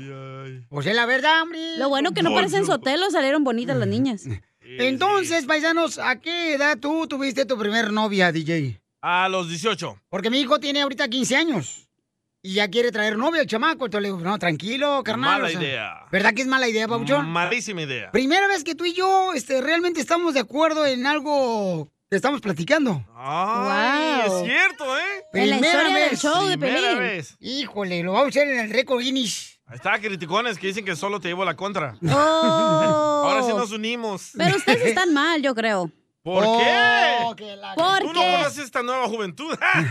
Pues es la verdad, hombre. Lo bueno que no parecen sotelo, salieron bonitas las niñas. Entonces, paisanos, ¿a qué edad tú tuviste tu primer novia, DJ? A los 18. Porque mi hijo tiene ahorita 15 años. Y ya quiere traer novio el chamaco. Entonces le digo, no, tranquilo, carnal. Mala o sea, idea. Mm. ¿Verdad que es mala idea, Pabuchón? Malísima idea. Primera vez que tú y yo este, realmente estamos de acuerdo en algo que estamos platicando. Ah, Ay, Wow. Es cierto, ¿eh? Primera vez. Híjole, lo vamos a hacer en el récord Guinness. Ahí está, criticones que dicen que solo te llevo la contra. Oh. Ahora sí nos unimos. Pero ustedes están mal, yo creo. ¿Por Oh, qué? Tú no Porque. conoces esta nueva juventud. Ah,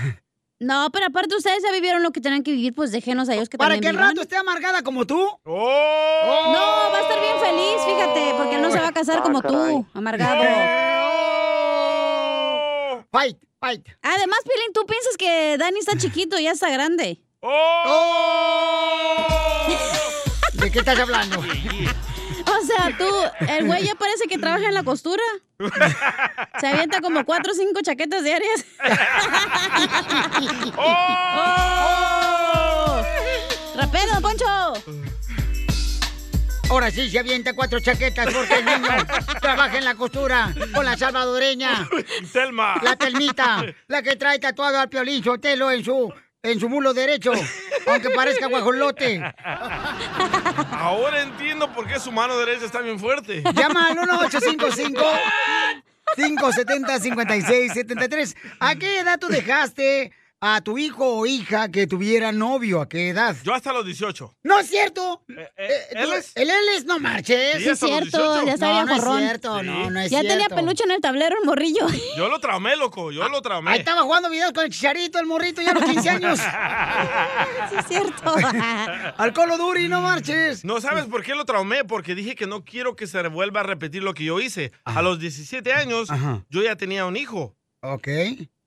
No, pero aparte ustedes ya vivieron lo que tenían que vivir, pues déjenos a ellos que Para también que el vivan. rato esté amargada como tú. No, va a estar bien feliz, fíjate, porque él no se va a casar como tú, amargado. Oh. Fight, fight. Además, Pilín, tú piensas que Dani está chiquito, ya está grande. Oh. ¡Oh! ¿De qué estás hablando? O sea, tú, el güey ya parece que trabaja en la costura. Se avienta como cuatro o cinco chaquetas diarias. Oh. ¡Rapero, don Poncho! Ahora sí se avienta cuatro chaquetas porque el niño trabaja en la costura con la salvadoreña. Selma. La telmita, la que trae tatuado al piolín Sotelo en su, en su mulo derecho, aunque parezca guajolote. Ahora entiendo por qué su mano derecha está bien fuerte. Llama al 1855 570 5673 ¿A qué edad tú dejaste a tu hijo o hija que tuviera novio? ¿A qué edad? Yo hasta los 18. No es cierto. Eh, tú- él es- El él es no marches. Sí, Sí, es hasta los cierto, 18. ya no, estaba no es gorrón. cierto, Sí. no, no es Ya cierto. tenía peluche en el tablero, el morrillo. Yo lo traumé, loco. Yo lo traumé. Ah, Ahí estaba jugando videos con el chicharito, el morrito, ya a los 15 años. sí, es cierto. Al colo duri, no marches. No sabes por qué lo traumé, porque dije que no quiero que se vuelva a repetir lo que yo hice. A los 17 años, Ajá. yo ya tenía un hijo. Ok.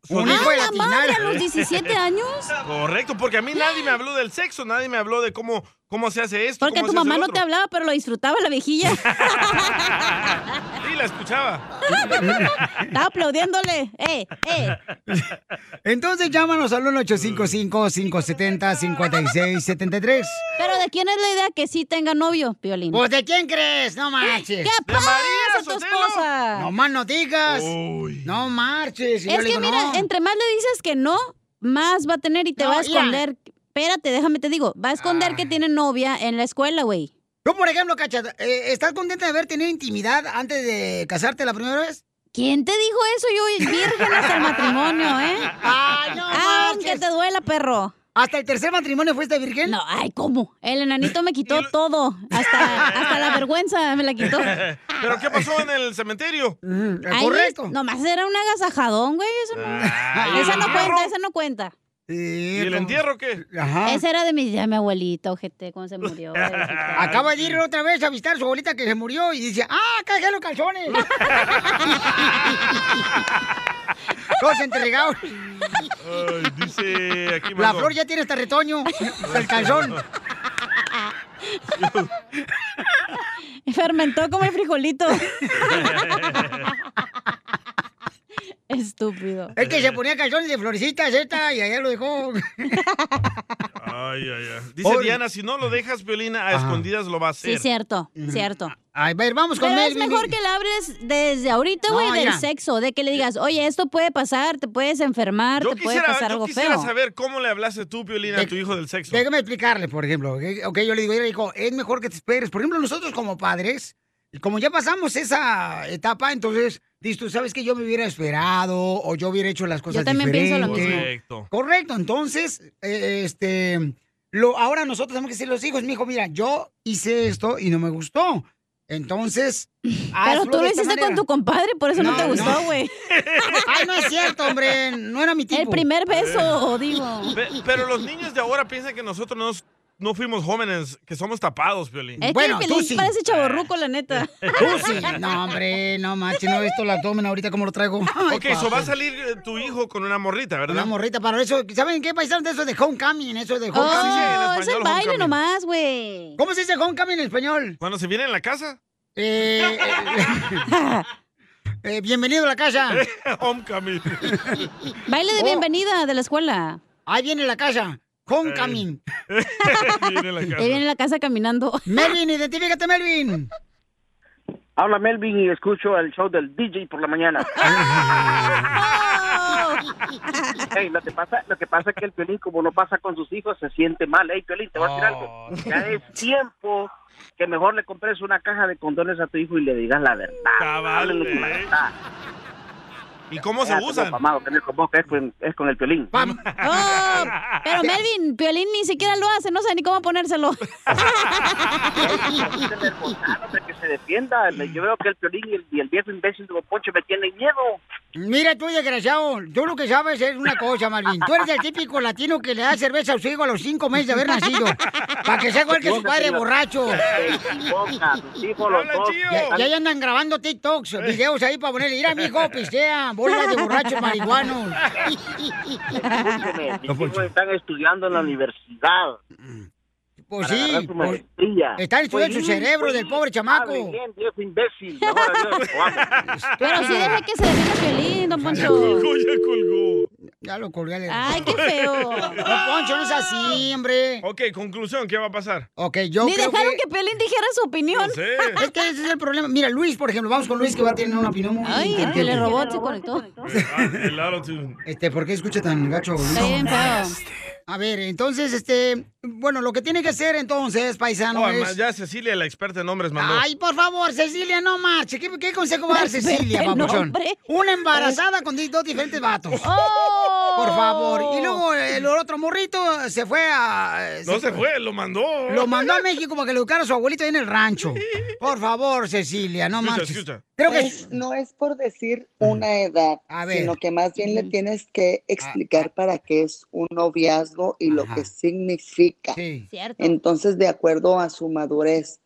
Son Un hijo de hijos. la madre, a los 17 años? Correcto, porque a mí nadie me habló del sexo, nadie me habló de cómo, cómo se hace esto. Porque cómo tu se hace mamá lo no otro. te hablaba, pero lo disfrutaba la viejilla. Sí, la escuchaba. Estaba aplaudiéndole. ¡Eh, eh! Entonces llámanos al 1-855-570-5673. Pero ¿de quién es la idea que sí tenga novio, Piolín? Pues ¿de quién crees? No marches. ¿Qué pasa, tu esposa? No más no digas. No marches. Y yo es le que digo, mira, no. entre más le dices que no, más va a tener y te No, va a mira. esconder. Espérate, déjame te digo, va a esconder que tiene novia en la escuela, güey. Tú, Ah. por ejemplo, Cacha, eh, ¿estás contenta de haber tenido intimidad antes de casarte la primera vez? ¿Quién te dijo eso? Yo eh, virgen hasta el matrimonio, ¿eh? Ay, no Aunque te duela, perro. ¿Hasta el tercer matrimonio fuiste virgen? No, ay, ¿cómo? El enanito me quitó todo. Hasta, hasta la vergüenza me la quitó. ¿Pero qué pasó en el cementerio? Mm, Ah, Ahí es- nomás era un agasajadón, güey. Eso no, Ah. Ay, esa Ah, no ¿y el cuenta, entierro? esa no cuenta. ¿Y el entierro qué? Ah. Esa era de mi, ya mi abuelita, ojete, cuando se murió. Acaba de ir otra vez a visitar a su abuelita que se murió y dice, ¡ah, cajé los calzones! Todos entregados. Ay, dice aquí La mandó. flor ya tiene hasta retoño. El calzón. Fermentó como el frijolito. Estúpido. Es que se ponía calzones de florecitas, esta, y allá lo dejó. Ay, ay, ay. Dice Oye. Diana, si no lo dejas, Violina, a Ajá. escondidas lo va a hacer. Sí, cierto, cierto. A ver, vamos con Pero él. es mejor que la abres desde ahorita, No, güey, del mira. sexo, de que le digas, oye, esto puede pasar, te puedes enfermar, Yo te puede quisiera, pasar yo algo quisiera feo. saber cómo le hablaste tú, Violina, a tu hijo del sexo. Déjame explicarle, por ejemplo. Ok, ok, yo le digo, mira, hijo, es mejor que te esperes. Por ejemplo, nosotros como padres, como ya pasamos esa etapa, entonces, dices tú, sabes que yo me hubiera esperado o yo hubiera hecho las cosas Yo también pienso lo diferente. mismo. Correcto. Correcto, entonces, eh, este, lo, ahora nosotros tenemos que decir a los hijos, mijo, mira, yo hice esto y no me gustó. Entonces, Pero tú lo hiciste con tu compadre, por eso no, te gustó, güey. Ay, no es cierto, hombre, no era mi tipo. El primer beso, digo. Pe- pero los niños de ahora piensan que nosotros nos- no fuimos jóvenes, que somos tapados, Violín. Es que el Piolín parece chaborruco, la neta. Eh, Tú sí. No, hombre, no manches, no he visto el abdomen ahorita como lo traigo. Ay, ok, eso papi. va a salir eh, tu hijo con una morrita, ¿verdad? Una morrita para eso. ¿Saben qué paisanos de eso de homecoming? Eso de Oh, homecoming. es el español, baile homecoming. nomás, güey. ¿Cómo se dice homecoming en español? Cuando se viene en la casa. Eh, eh, eh, bienvenido a la casa. Homecoming. Baile de bienvenida de la escuela. Oh. Ahí viene la casa. Homecoming. viene la Ahí viene la casa caminando. Melvin, identifícate, Melvin. Habla Melvin y escucho el show del DJ por la mañana. Ey, lo que pasa, lo que pasa es que el Piolín, como no pasa con sus hijos, se siente mal. Ey, Piolín, te voy a decir Oh. algo. Ya es tiempo que mejor le compres una caja de condones a tu hijo y le digas la verdad. Cabal, Háblale con la eh. verdad. ¿Y cómo se Ya, como usan? Pamado, que no es con vos, que es con, es con el Piolín. Oh, pero Melvin, Piolín ni siquiera lo hace, no sé ni cómo ponérselo. Hombre, que se defienda. Le- Yo veo que el Piolín y el, y el viejo imbécil de Don Poncho me tienen miedo. Mira tú, desgraciado, tú lo que sabes es una cosa, Marvin. Tú eres el típico latino que le da cerveza a su hijo a los cinco meses de haber nacido. Para que sea igual que su padre borracho. Ya, ya ahí andan grabando TikToks, videos ahí para ponerle, mira, mijo, pistea, bola de borrachos marihuanos. Ah, Escúcheme, mis hijos están estudiando en la universidad. Pues para sí, agarrar su pues, maestría. Están estudiando su Piolín, cerebro del Piolín, pobre chamaco. hable bien, viejo imbécil. Mejor adiós. O vamos. Pero sí deja que se defienda Piolín, don Poncho. Ya lo colgué. Ay, qué feo. Poncho, no es así, hombre. Ok, conclusión, ¿qué va a pasar? Ok, yo Ni creo dejaron que- que... Piolín dijera su opinión. Es que ese es el problema. Mira, Luis, por ejemplo, vamos con Luis que va a tener una opinión muy Ay, el inteligente. telerobot se conectó. El aro tú. Este, ¿por qué escucha tan gacho? Está bien feo. A ver, entonces, este, bueno, lo que tiene que hacer entonces, paisano, Oh, además, es... ya Cecilia, la experta en nombres, mandó. Ay, por favor, Cecilia, no marche. ¿Qué, qué consejo va a dar Cecilia, Vete, papuchón? nombre. Una embarazada con di- dos diferentes vatos. ¡Oh! Por favor. Y luego el otro morrito se fue a... eh, no se fue, lo mandó. Lo mandó a México para que lo educara a su abuelito ahí en el rancho. Por favor, Cecilia, no Escucha, marches. escucha. Creo que... Es- no es por decir una edad, ver. sino que más bien le tienes que explicar para qué es un noviazgo y lo que significa. Cierto. Entonces, de acuerdo a su madurez,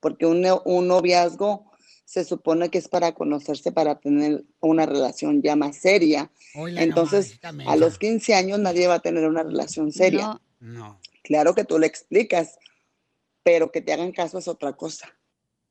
porque un, no- un noviazgo se supone que es para conocerse, para tener una relación ya más seria. Hola, Entonces, a los 15 años nadie va a tener una relación seria. No. Claro que tú le explicas, pero que te hagan caso es otra cosa.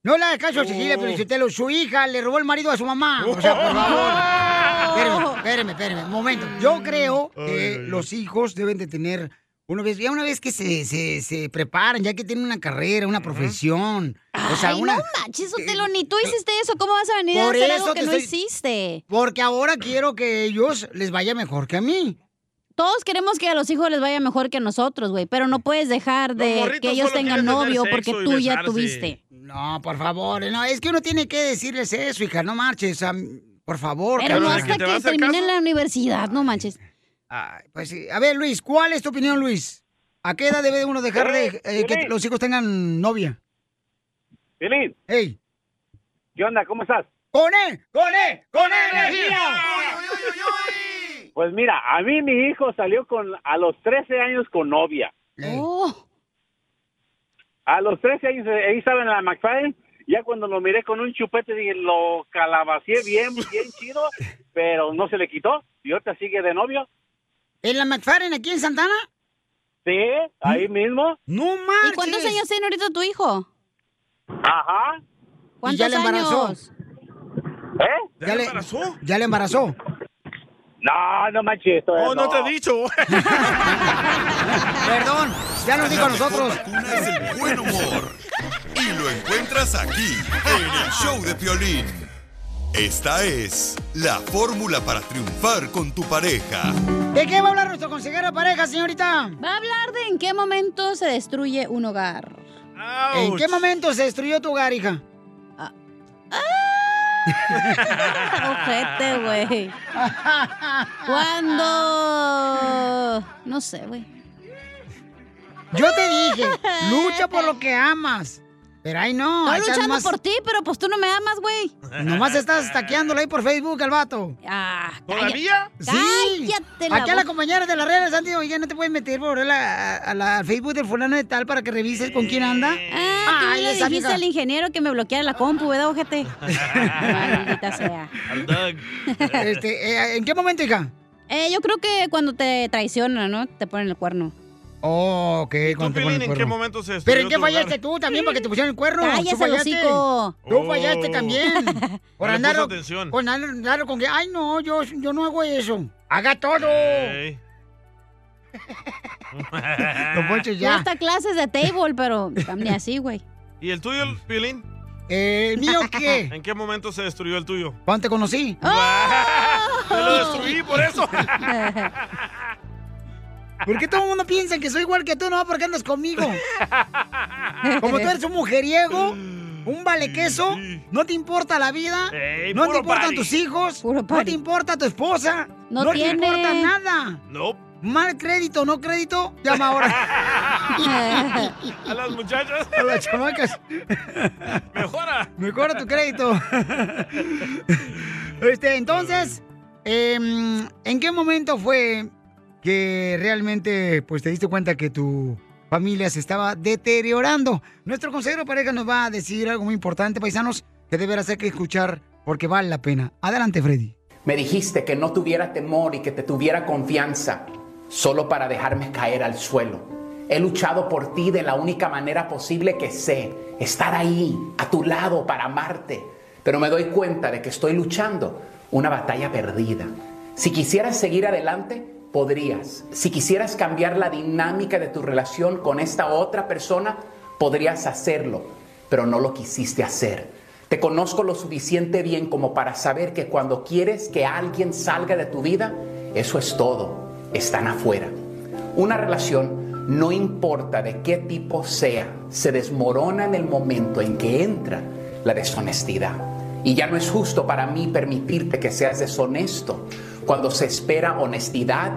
No le hagas caso a Cecilia Felicitelo. Su hija le robó el marido a su mamá. O sea, por favor. Espérame, espérame, espérame. Un momento. Yo creo que los hijos deben de tener... Una vez, ya una vez que se, se, se preparan, ya que tienen una carrera, una profesión. O sea, Ay, una, Eh, no manches, Otelo, ni tú hiciste eso. ¿Cómo vas a venir a Por hacer eso algo que te no estoy- hiciste? Porque ahora quiero que ellos les vaya mejor que a mí. Todos queremos que a los hijos les vaya mejor que a nosotros, güey, pero no puedes dejar de que ellos tengan novio porque tú ya tuviste. No, por favor. eh, No, es que uno tiene que decirles eso, hija. No marches. am- por favor. Pero no cabrón. hasta que, terminen la universidad, no manches. Ay, pues sí. A ver, Luis, ¿cuál es tu opinión, Luis? ¿A qué edad debe uno dejar de eh, que Luis. los hijos tengan novia? Piolín. Hey. ¿Qué onda? ¿Cómo estás? ¡Con él! ¡Con él! ¡Con Pues mira, a mí mi hijo salió con a los 13 años con novia. Eh. A los 13 años, eh, ahí estaba en la McFadden. Ya cuando lo miré con un chupete, dije, lo calabacé bien, bien chido, pero no se le quitó. Y ahorita sigue de novio. ¿En la McFarren aquí en Santana? Sí, ahí mismo. ¡No ¿Mm? ¿Y cuántos años tiene ahorita tu hijo? Ajá. ¿Cuántos ya le embarazó? años? ¿Eh? ¿Ya, le embarazó? ¿Ya le embarazó? No, no manches. todavía Oh, no te he dicho. Perdón, ya nos dijo a nosotros. Es el buen humor. Y lo encuentras aquí, en el show de Piolín. Esta es la fórmula para triunfar con tu pareja. ¿De qué va a hablar nuestro consejero de pareja, señorita? Va a hablar de en qué momento se destruye un hogar. ¿En qué momento se destruyó tu hogar, hija? Ojete, güey. ¿Cuándo? No sé, güey. Yo te dije, lucha por lo que amas. Pero ay no, Estoy luchando por ti, pero pues tú no me amas, güey. Nomás estás taqueándolo ahí por Facebook al vato. Ah, ¿Todavía? Sí. Cállate la Aquí a la boca. compañera de las redes han dicho, oye, no te puedes meter por la, a la Facebook del fulano de tal para que revises con quién anda. Ah, tú Ay, le esa dijiste vieja. al ingeniero que me bloqueara la compu, ¿verdad, ojete? Maldita sea. Este, eh, ¿En qué momento, hija? Eh, yo creo que cuando te traicionan, ¿no? Te ponen el cuerno. Oh, ok. ¿Tú, cuando te Pilín, ponen el en qué cuerno. momento se ¿Pero destruyó en qué tu hogar? fallaste tú también para que te pusieran el cuerno? Cállese ¿Tú el fallaste? hocico. Tú fallaste Oh. también. Por No le andar puso atención. con, andar con que, ay, no, yo, yo no hago eso. ¡Haga todo! Ey. Don Poncho, Yo hasta clases de table, pero ni así, güey. ¿Y el tuyo, Pilín? Eh, ¿El mío qué? ¿En qué momento se destruyó el tuyo? ¿Cuándo te conocí? Te lo destruí por eso. ¿Por qué todo el mundo piensa que soy igual que tú? No, porque andas conmigo. Como tú eres un mujeriego, un vale queso, no te importa la vida, Ey, no te puro importan party. tus hijos, no te importa tu esposa, No no, te tiene. importa nada. Nope. Mal crédito, no crédito, llama ahora. A las muchachas. A las chamacas. Mejora. Mejora tu crédito. Este, entonces, em, ¿en qué momento fue que realmente pues te diste cuenta que tu familia se estaba deteriorando? Nuestro consejero de pareja nos va a decir algo muy importante, paisanos, que de veras hay que escuchar porque vale la pena. Adelante, Freddy. Me dijiste que no tuviera temor y que te tuviera confianza solo para dejarme caer al suelo. He luchado por ti de la única manera posible que sé, estar ahí, a tu lado, para amarte. Pero me doy cuenta de que estoy luchando una batalla perdida. Si quisieras seguir adelante, podrías. Si quisieras cambiar la dinámica de tu relación con esta otra persona, podrías hacerlo, pero no lo quisiste hacer. Te conozco lo suficiente bien como para saber que cuando quieres que alguien salga de tu vida, eso es todo, están afuera. Una relación, no importa de qué tipo sea, se desmorona en el momento en que entra la deshonestidad. Y ya no es justo para mí permitirte que seas deshonesto cuando se espera honestidad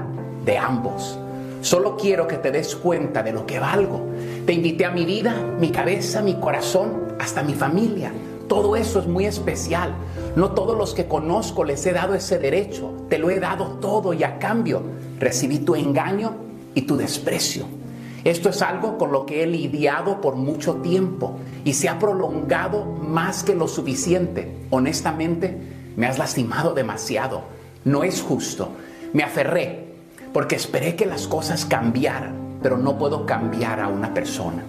de ambos. Solo quiero que te des cuenta de lo que valgo. Te invité a mi vida, mi cabeza, mi corazón, hasta mi familia. Todo eso es muy especial. No todos los que conozco les he dado ese derecho. Te lo he dado todo y a cambio recibí tu engaño y tu desprecio. Esto es algo con lo que he lidiado por mucho tiempo y se ha prolongado más que lo suficiente. Honestamente, me has lastimado demasiado. No es justo. Me aferré porque esperé que las cosas cambiaran, pero no puedo cambiar a una persona.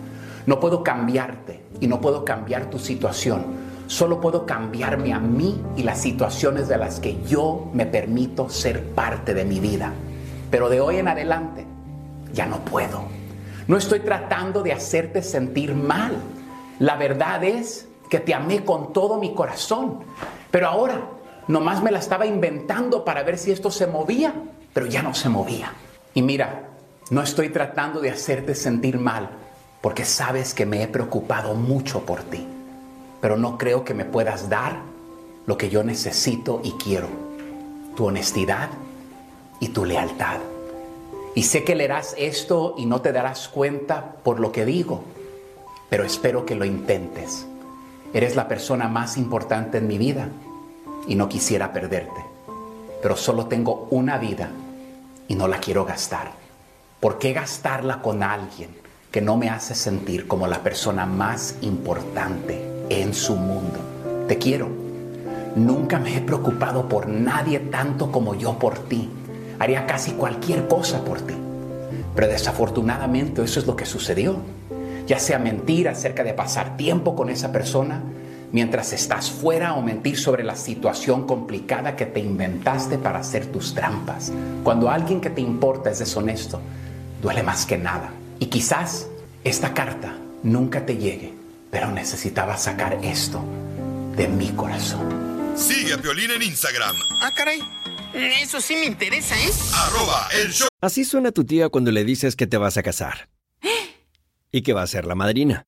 No puedo cambiarte y no puedo cambiar tu situación. Solo puedo cambiarme a mí y las situaciones de las que yo me permito ser parte de mi vida. Pero de hoy en adelante ya no puedo. No estoy tratando de hacerte sentir mal. La verdad es que te amé con todo mi corazón. Pero ahora nomás me la estaba inventando para ver si esto se movía, pero ya no se movía. Y mira, no estoy tratando de hacerte sentir mal porque sabes que me he preocupado mucho por ti. Pero no creo que me puedas dar lo que yo necesito y quiero. Tu honestidad y tu lealtad. Y sé que leerás esto y no te darás cuenta por lo que digo, pero espero que lo intentes. Eres la persona más importante en mi vida y no quisiera perderte, pero solo tengo una vida y no la quiero gastar. ¿Por qué gastarla con alguien que no me hace sentir como la persona más importante en su mundo? Te quiero. Nunca me he preocupado por nadie tanto como yo por ti. Haría casi cualquier cosa por ti. Pero desafortunadamente eso es lo que sucedió. Ya sea mentir acerca de pasar tiempo con esa persona mientras estás fuera o mentir sobre la situación complicada que te inventaste para hacer tus trampas. Cuando alguien que te importa es deshonesto, duele más que nada. Y quizás esta carta nunca te llegue, pero necesitaba sacar esto de mi corazón. Sigue a Piolín en Instagram, Ah, caray. Eso sí me interesa, ¿eh? arroba el show Así suena tu tía cuando le dices que te vas a casar. Y que va a ser la madrina.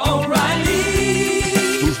O'Reilly. Tus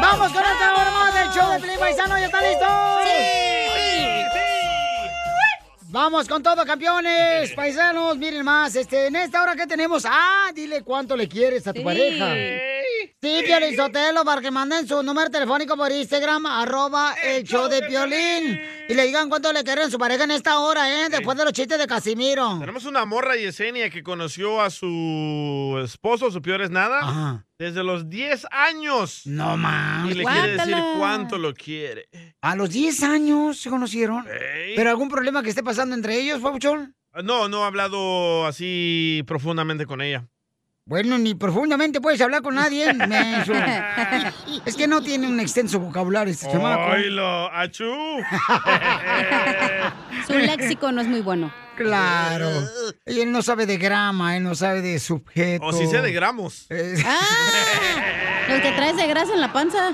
¡Vamos con esta hora más del show de Felipe Paisano! ¿Ya está listo? Vamos con todo, campeones, paisanos, miren más, este, en esta hora que tenemos, ah, dile cuánto le quieres a tu Sí. pareja. Sí, Piolín Sotelo, para que manden su número telefónico por Instagram, arroba el show de Piolín, y le digan cuánto le quieren a su pareja en esta hora, eh, después de los chistes de Casimiro. Tenemos una morra Yesenia que conoció a su esposo, su peor es nada, desde los 10 años. No más. Y le quiere decir Guácala. cuánto lo quiere. A los 10 años se conocieron. ¿Pero algún problema que esté pasando entre ellos, Pabuchón? Ah, No, no ha hablado así profundamente con ella. Bueno, ni profundamente puedes hablar con nadie. menso. es que no tiene un extenso vocabulario este chamaco. ¡Oilo! ¡Achú! Su léxico no es muy bueno. Claro. Y él no sabe de grama, él no sabe de sujeto. O si sea de gramos. Eh. Ah, Los que traes de grasa en la panza.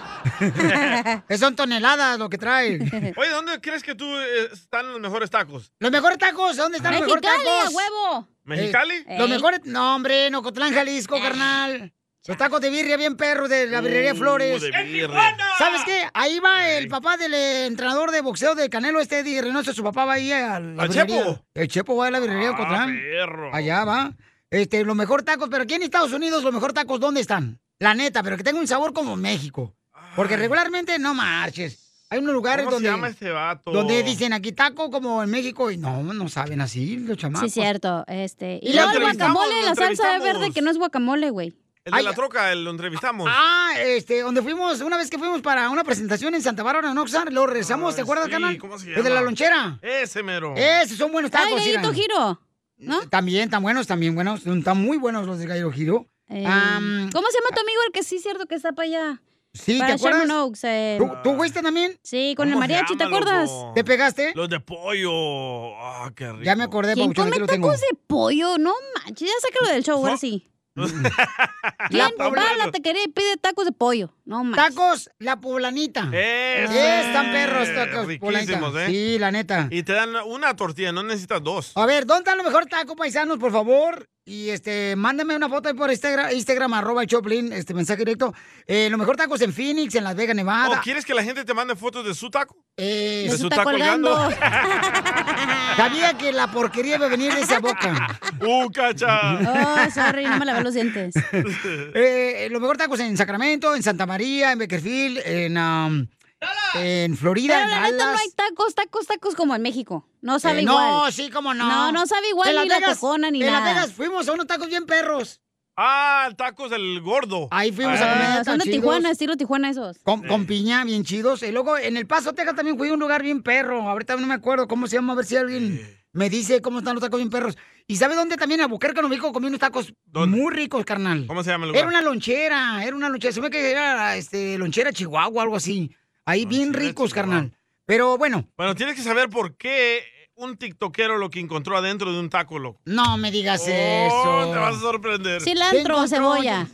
Son toneladas lo que trae. Oye, ¿dónde crees que tú eh, están los mejores tacos? Los mejores tacos, ¿dónde están los mejores Mexicali, tacos? a huevo. Eh. ¿Mexicali? Eh, los Ey. mejores, no hombre, en Ocotlán, Jalisco, carnal. Los tacos de birria bien perro de la birrería Uh, Flores. de ¡En birria! Tijuana! ¿Sabes qué? Ahí va el papá del eh, entrenador de boxeo del Canelo, este Eddie Reynoso, su papá va ahí a la ¿Al birrería. Chepo? Ah, El Chepo va a la birrería de Ocotlán. perro. Allá va. Este, los mejor tacos, pero aquí en Estados Unidos los mejor tacos, ¿dónde están? La neta, pero que tenga un sabor como México. Porque regularmente no marches. Hay unos lugares Ah. ¿Cómo se donde, llama este vato? donde dicen aquí taco como en México y no, no saben así los chamacos. Sí, cierto. Este, y Y luego lo el entrevistamos, guacamole, lo la salsa de entrevistamos. verde, que no es guacamole, güey. El de la troca, el- lo entrevistamos. Ah, este, donde fuimos, una vez que fuimos para una presentación en Santa Bárbara, en Oxnard, lo regresamos, ¿te acuerdas, sí, canal? ¿cómo se El de llama? la lonchera. Ese mero. Esos son buenos tacos. Ay, Gallito Giro. ¿No? También, tan buenos, también buenos. Están muy buenos los de Gallito Giro. Eh, Am, ¿Cómo se llama tu amigo el que sí es cierto que está para allá? Sí, para ¿te acuerdas? Sherman Oaks, eh. ¿Tú, tú fuiste también? Sí, con el ¿Cómo se mariachi, ¿te llama, acuerdas? loco? ¿Te pegaste? Los de pollo. Ah, qué rico. Ya me acordé, ¿Quién Pabuchón, come aquí lo tacos tengo. de pollo? No manches, ya sácalo del show, ahora sí. ¿Quién va a la taquería y pide tacos de pollo? No manches. Tacos, la poblanita. Ese. Eh, Están perros, tacos, Riquísimos, poblanita. ¿eh? Sí, la neta. Y te dan una tortilla, no necesitas dos. A ver, ¿dónde están los mejores tacos paisanos, por favor? Y este, mándame una foto ahí por Instagram, Instagram arroba el Choplin, este mensaje directo. Eh, los mejores tacos en Phoenix, en Las Vegas, ¿O Nevada. Oh, quieres que la gente te mande fotos de su taco? Eh, De su taco colgando. Sabía que la porquería iba a venir de esa boca. ¡Uh, cacha! Oh, sorry, no me lavé los dientes. Eh, los mejores tacos en Sacramento, en Santa María, en Beckerfield, en, um, en Florida, Pero en la neta no Dallas. hay tacos, tacos, tacos como en México. No sabe Eh, igual. No, sí, cómo no. No, no sabe igual En Las ni la Vegas- tacona ni en nada. Las Vegas fuimos a unos tacos bien perros. Ah, tacos del gordo. Ahí fuimos a Ah. comer. Son de chidos. Tijuana, estilo Tijuana esos. Con, con piña, bien chidos. Y luego en El Paso, Texas también fui a un lugar bien perro. Ahorita no me acuerdo cómo se llama, a ver si alguien me dice cómo están los tacos bien perros. ¿Y sabe dónde también? A Buquerque, no comí unos tacos muy ricos, carnal. ¿Cómo se llama el lugar? Era una lonchera, era una lonchera. Se me que era este, lonchera Chihuahua, algo así. Ahí bien ricos, carnal. Pero bueno, Bueno, tienes que saber por qué un tiktokero lo que encontró adentro de un taco, loco. no me digas Oh, eso. te vas a sorprender. Cilantro o cebolla.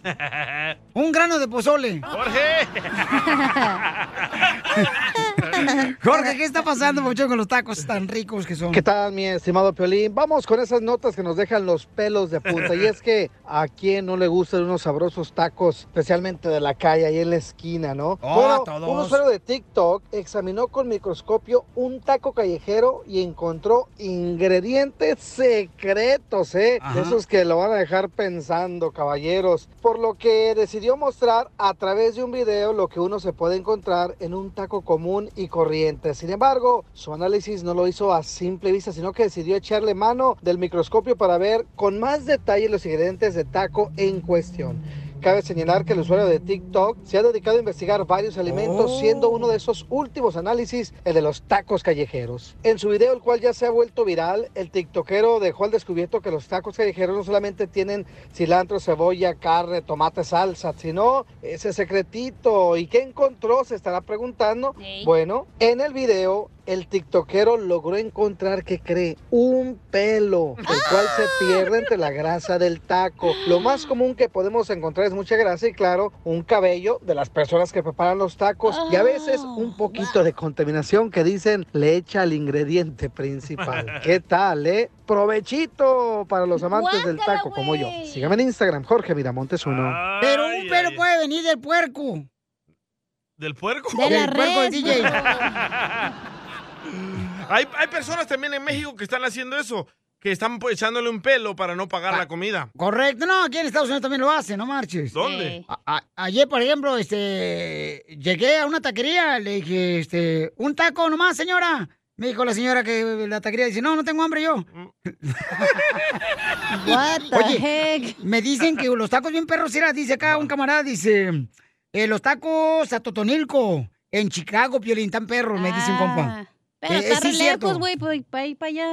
Un grano de pozole. Jorge. Jorge, ¿qué está pasando, mucho con los tacos tan ricos que son? ¿Qué tal, mi estimado Piolín? Vamos con esas notas que nos dejan los pelos de punta. Y es que a quien no le gustan unos sabrosos tacos, especialmente de la calle, ahí en la esquina, ¿no? Oh, a todos. Un usuario de TikTok examinó con microscopio un taco callejero y encontró ingredientes secretos, ¿eh? Ajá. De esos que lo van a dejar pensando, caballeros. Por lo que decidió mostrar a través de un video lo que uno se puede encontrar en un taco común y corriente. Sin embargo, su análisis no lo hizo a simple vista, sino que decidió echarle mano del microscopio para ver con más detalle los ingredientes de taco en cuestión. Cabe señalar que el usuario de TikTok se ha dedicado a investigar varios alimentos, siendo uno de esos últimos análisis el de los tacos callejeros. En su video, el cual ya se ha vuelto viral, el tiktokero dejó al descubierto que los tacos callejeros no solamente tienen cilantro, cebolla, carne, tomate, salsa, sino ese secretito. ¿Y qué encontró? Se estará preguntando. Bueno, en el video, el tiktokero logró encontrar que cree un pelo, el cual se pierde entre la grasa del taco. Lo más común que podemos encontrar es mucha grasa y claro, un cabello de las personas que preparan los tacos y a veces un poquito de contaminación que dicen le echa al ingrediente principal. ¿Qué tal, eh? Provechito para los amantes del taco como yo. Sígame en Instagram, Jorge Miramontes uno. Pero un pelo puede venir del puerco. ¿Del puerco? De la Del puerco del res, pues. DJ. bro. hay, hay personas también en México que están haciendo eso, que están pues, echándole un pelo para no pagar la comida. Correcto, no, aquí en Estados Unidos también lo hacen, no marches. ¿Dónde? Sí. A- a- ayer, por ejemplo, este, llegué a una taquería, le dije, este, un taco nomás, señora. Me dijo la señora que la taquería dice, no, no tengo hambre yo. Mm. What the me dicen que los tacos bien perros, era, dice acá un camarada, dice, eh, los tacos a Totonilco, en Chicago, Piolín, tan perros, me dicen, compa. Ah, Pero Eh, está sí re es cierto. lejos, güey, para ir para allá.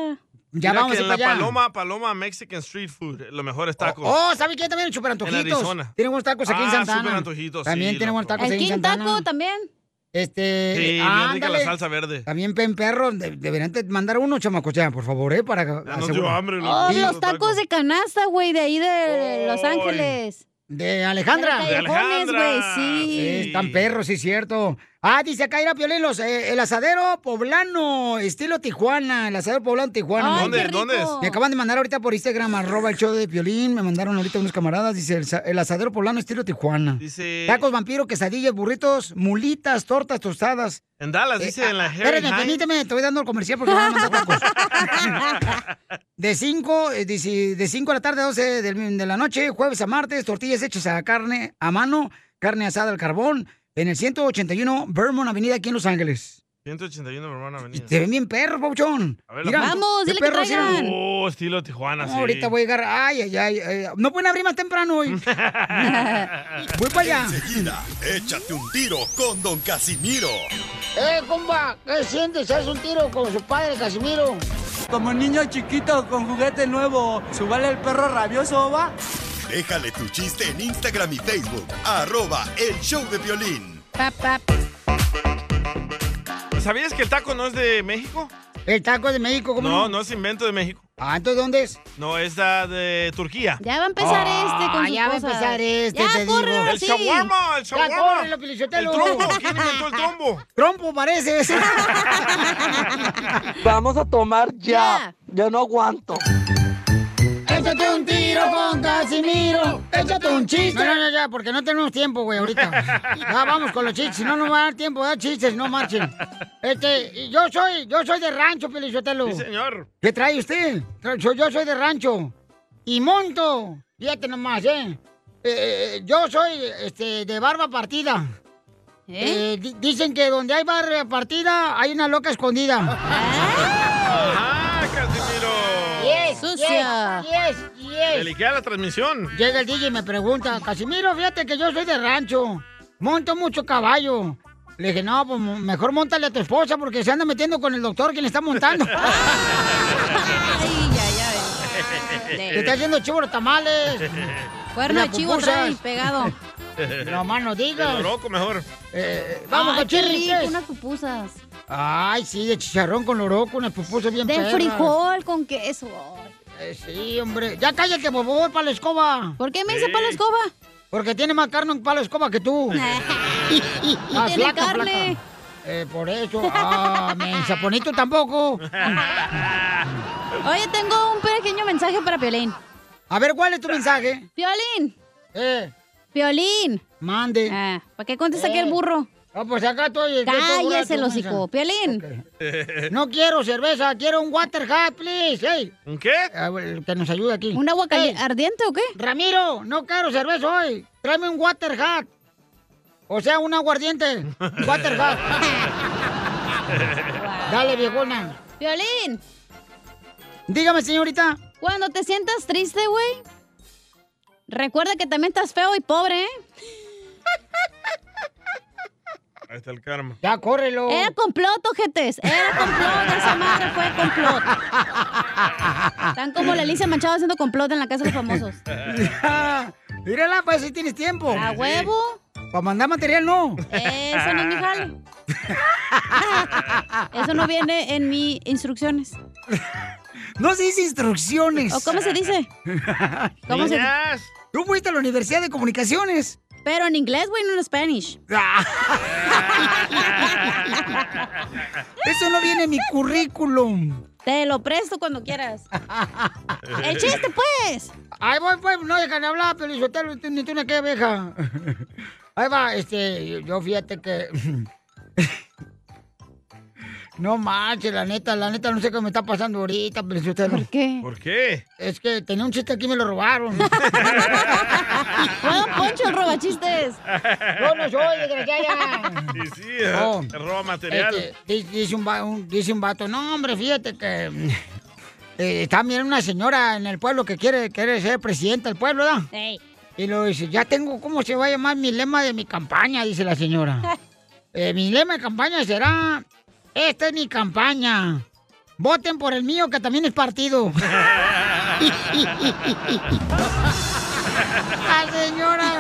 Ya Mira vamos que a ir en la para allá. Paloma, Paloma Mexican Street Food, los mejores tacos. Oh, ¿sabe qué? También super antojitos. Arizona. Tienen unos tacos aquí en Ah, Santana. súper antojitos, sí, También tienen unos loco. tacos El aquí en King Santana. Taco también. Este, Sí, bien rica la ándale. salsa verde. También pen perro, de- deberían te mandar uno, chamacos, ya, por favor, eh, para nos dio hambre, Oh, los tacos de canasta, güey, de ahí de Los Ay. Ángeles. De Alejandra. De callejones, güey, Alejandra. sí. Están perros, sí, es cierto. Ah, dice acá, era Piolín, los, eh, el asadero poblano, estilo Tijuana, el asadero poblano Tijuana. Ay, ¿Dónde? qué rico. ¿Dónde es? Me acaban de mandar ahorita por Instagram, arroba el show de Piolín, me mandaron ahorita unos camaradas, dice, el, sa- el asadero poblano, estilo Tijuana. Dice- Tacos, vampiro, quesadillas, burritos, mulitas, tortas, tostadas. En Dallas, dice en la Harry Espérame, Eh, ah, permíteme, te voy dando el comercial porque me van a mandar tacos. De 5 de cinco a la tarde a 12 del- de la noche, jueves a martes, tortillas hechas a carne a mano, carne asada al carbón, en el 181 Vermont Avenida aquí en Los Ángeles. 181 hermana avenida. Se ven bien perros, Pauchón. A ver, la- qué perros eran. Oh, estilo Tijuana, No, sí. Ahorita voy a llegar. Ay, ay, ay, ay. No pueden abrir más temprano hoy. voy para allá. Enseguida, échate un tiro con Don Casimiro. ¡Eh, comba! ¿Qué sientes? ¿Haz un tiro con su padre, Casimiro? Como niño chiquito con juguete nuevo, ¿subale el perro rabioso va? Déjale tu chiste en Instagram y Facebook. Arroba el show de violín. ¿Sabías que el taco no es de México? ¿El taco es de México? ¿Cómo no? No, es invento de México. Ah, ¿entonces dónde es? No, es la de Turquía. Ya va a empezar Ah, este con Ah, sus ya va a cosas. empezar este, Ya, te corre, digo. ahora El sí. shawarma, el Ya shawarma. corre, lo pilichotelo. El trompo, ¿quién inventó el trompo? Trompo parece. Vamos a tomar ya. Yo no aguanto. Échate un tiro con Casimiro. Échate un chiste. No, no, no, ya, porque no tenemos tiempo, güey, ahorita. Ya vamos con los chistes. Si no, no va a dar tiempo de dar chistes, no marchen. Este, yo soy, yo soy de rancho, Pelichotelo. Sí, señor. ¿Qué trae usted? Tra- Yo, yo soy de rancho. Y monto. Fíjate nomás, ¿eh? Eh, eh, yo soy este, de barba partida. Eh, di- dicen que donde hay barba partida, hay una loca escondida. ¡Ah, Casimiro! Yes, Sucia. Yes, yes, yes. Delicada la transmisión. Llega el DJ y me pregunta, Casimiro, fíjate que yo soy de rancho, monto mucho caballo. Le dije, no, pues mo- mejor montale a tu esposa porque se anda metiendo con el doctor que le está montando. Ay, ya, ya. Le está haciendo chivo los tamales. Cuerno de las chivo pupusas. trae pegado. No más no digas. De lo loco, mejor. Eh, vamos, Ay, con qué rico, chistes. unas pupusas. Ay, sí, de chicharrón con loroco, unas pupusas bien De perras. frijol con queso. Eh, sí, hombre. Ya cállate, por favor, palo escoba. ¿Por qué me dice palo escoba? Porque tiene más carne en palo escoba que tú. Ah, tiene flaca, carne. flaca. Eh, por eso. Ah, mensa, bonito tampoco. Oye, tengo un pequeño mensaje para Piolín. A ver, ¿cuál es tu mensaje? Piolín. Eh. Piolín. Mande. Ah, ¿Para qué contesta Eh. aquí el burro? No, pues acá estoy. estoy Cállese segura, el tú, hocico. mensa. Piolín. No quiero cerveza, quiero un water hat, please. Hey. ¿Un qué? que nos ayude aquí. ¿Un agua cali- ardiente o qué? Ramiro, no quiero cerveza hoy. Tráeme un water hat. O sea, un aguardiente. Water hat. Dale, viejona. Violín. Dígame, señorita. Cuando te sientas triste, güey, Recuerda que también estás feo y pobre, ¿eh? Ahí está el karma. Ya, córrelo. Era complot, ojetes. Era complot. Esa madre fue complot. Están como la Alicia Manchado haciendo complot en la casa de los famosos. Mírala, pues si tienes tiempo. ¿A huevo? Para mandar material, no. Eso Eh, no es mi jale. Eso no viene en mis instrucciones. No se dice instrucciones. ¿O cómo se dice? ¿Cómo se Niñas. Tú fuiste a la Universidad de Comunicaciones. Pero en inglés, güey, no en Spanish. Eso no viene en mi currículum. Te lo presto cuando quieras. ¡El chiste, pues! Ahí voy, pues, no dejan de hablar, pero yo te ni tú una que vieja. Ahí va, este, yo fíjate que. No manches, la neta, la neta, no sé qué me está pasando ahorita, pero si usted- qué? ¿Por qué? Es que tenía un chiste aquí y me lo robaron. ¡Juega Poncho el robachistes! Yo no soy, desgraciada. Sí, sí, eh, Oh. te roba material. Este, di- dice, un va- un- dice un vato, no, hombre, fíjate que eh, está bien una señora en el pueblo que quiere, quiere ser presidenta del pueblo, ¿verdad? Y lo dice, ya tengo cómo se va a llamar mi lema de mi campaña, dice la señora. Eh, mi lema de campaña será, esta es mi campaña. Voten por el mío, que también es partido. La señora...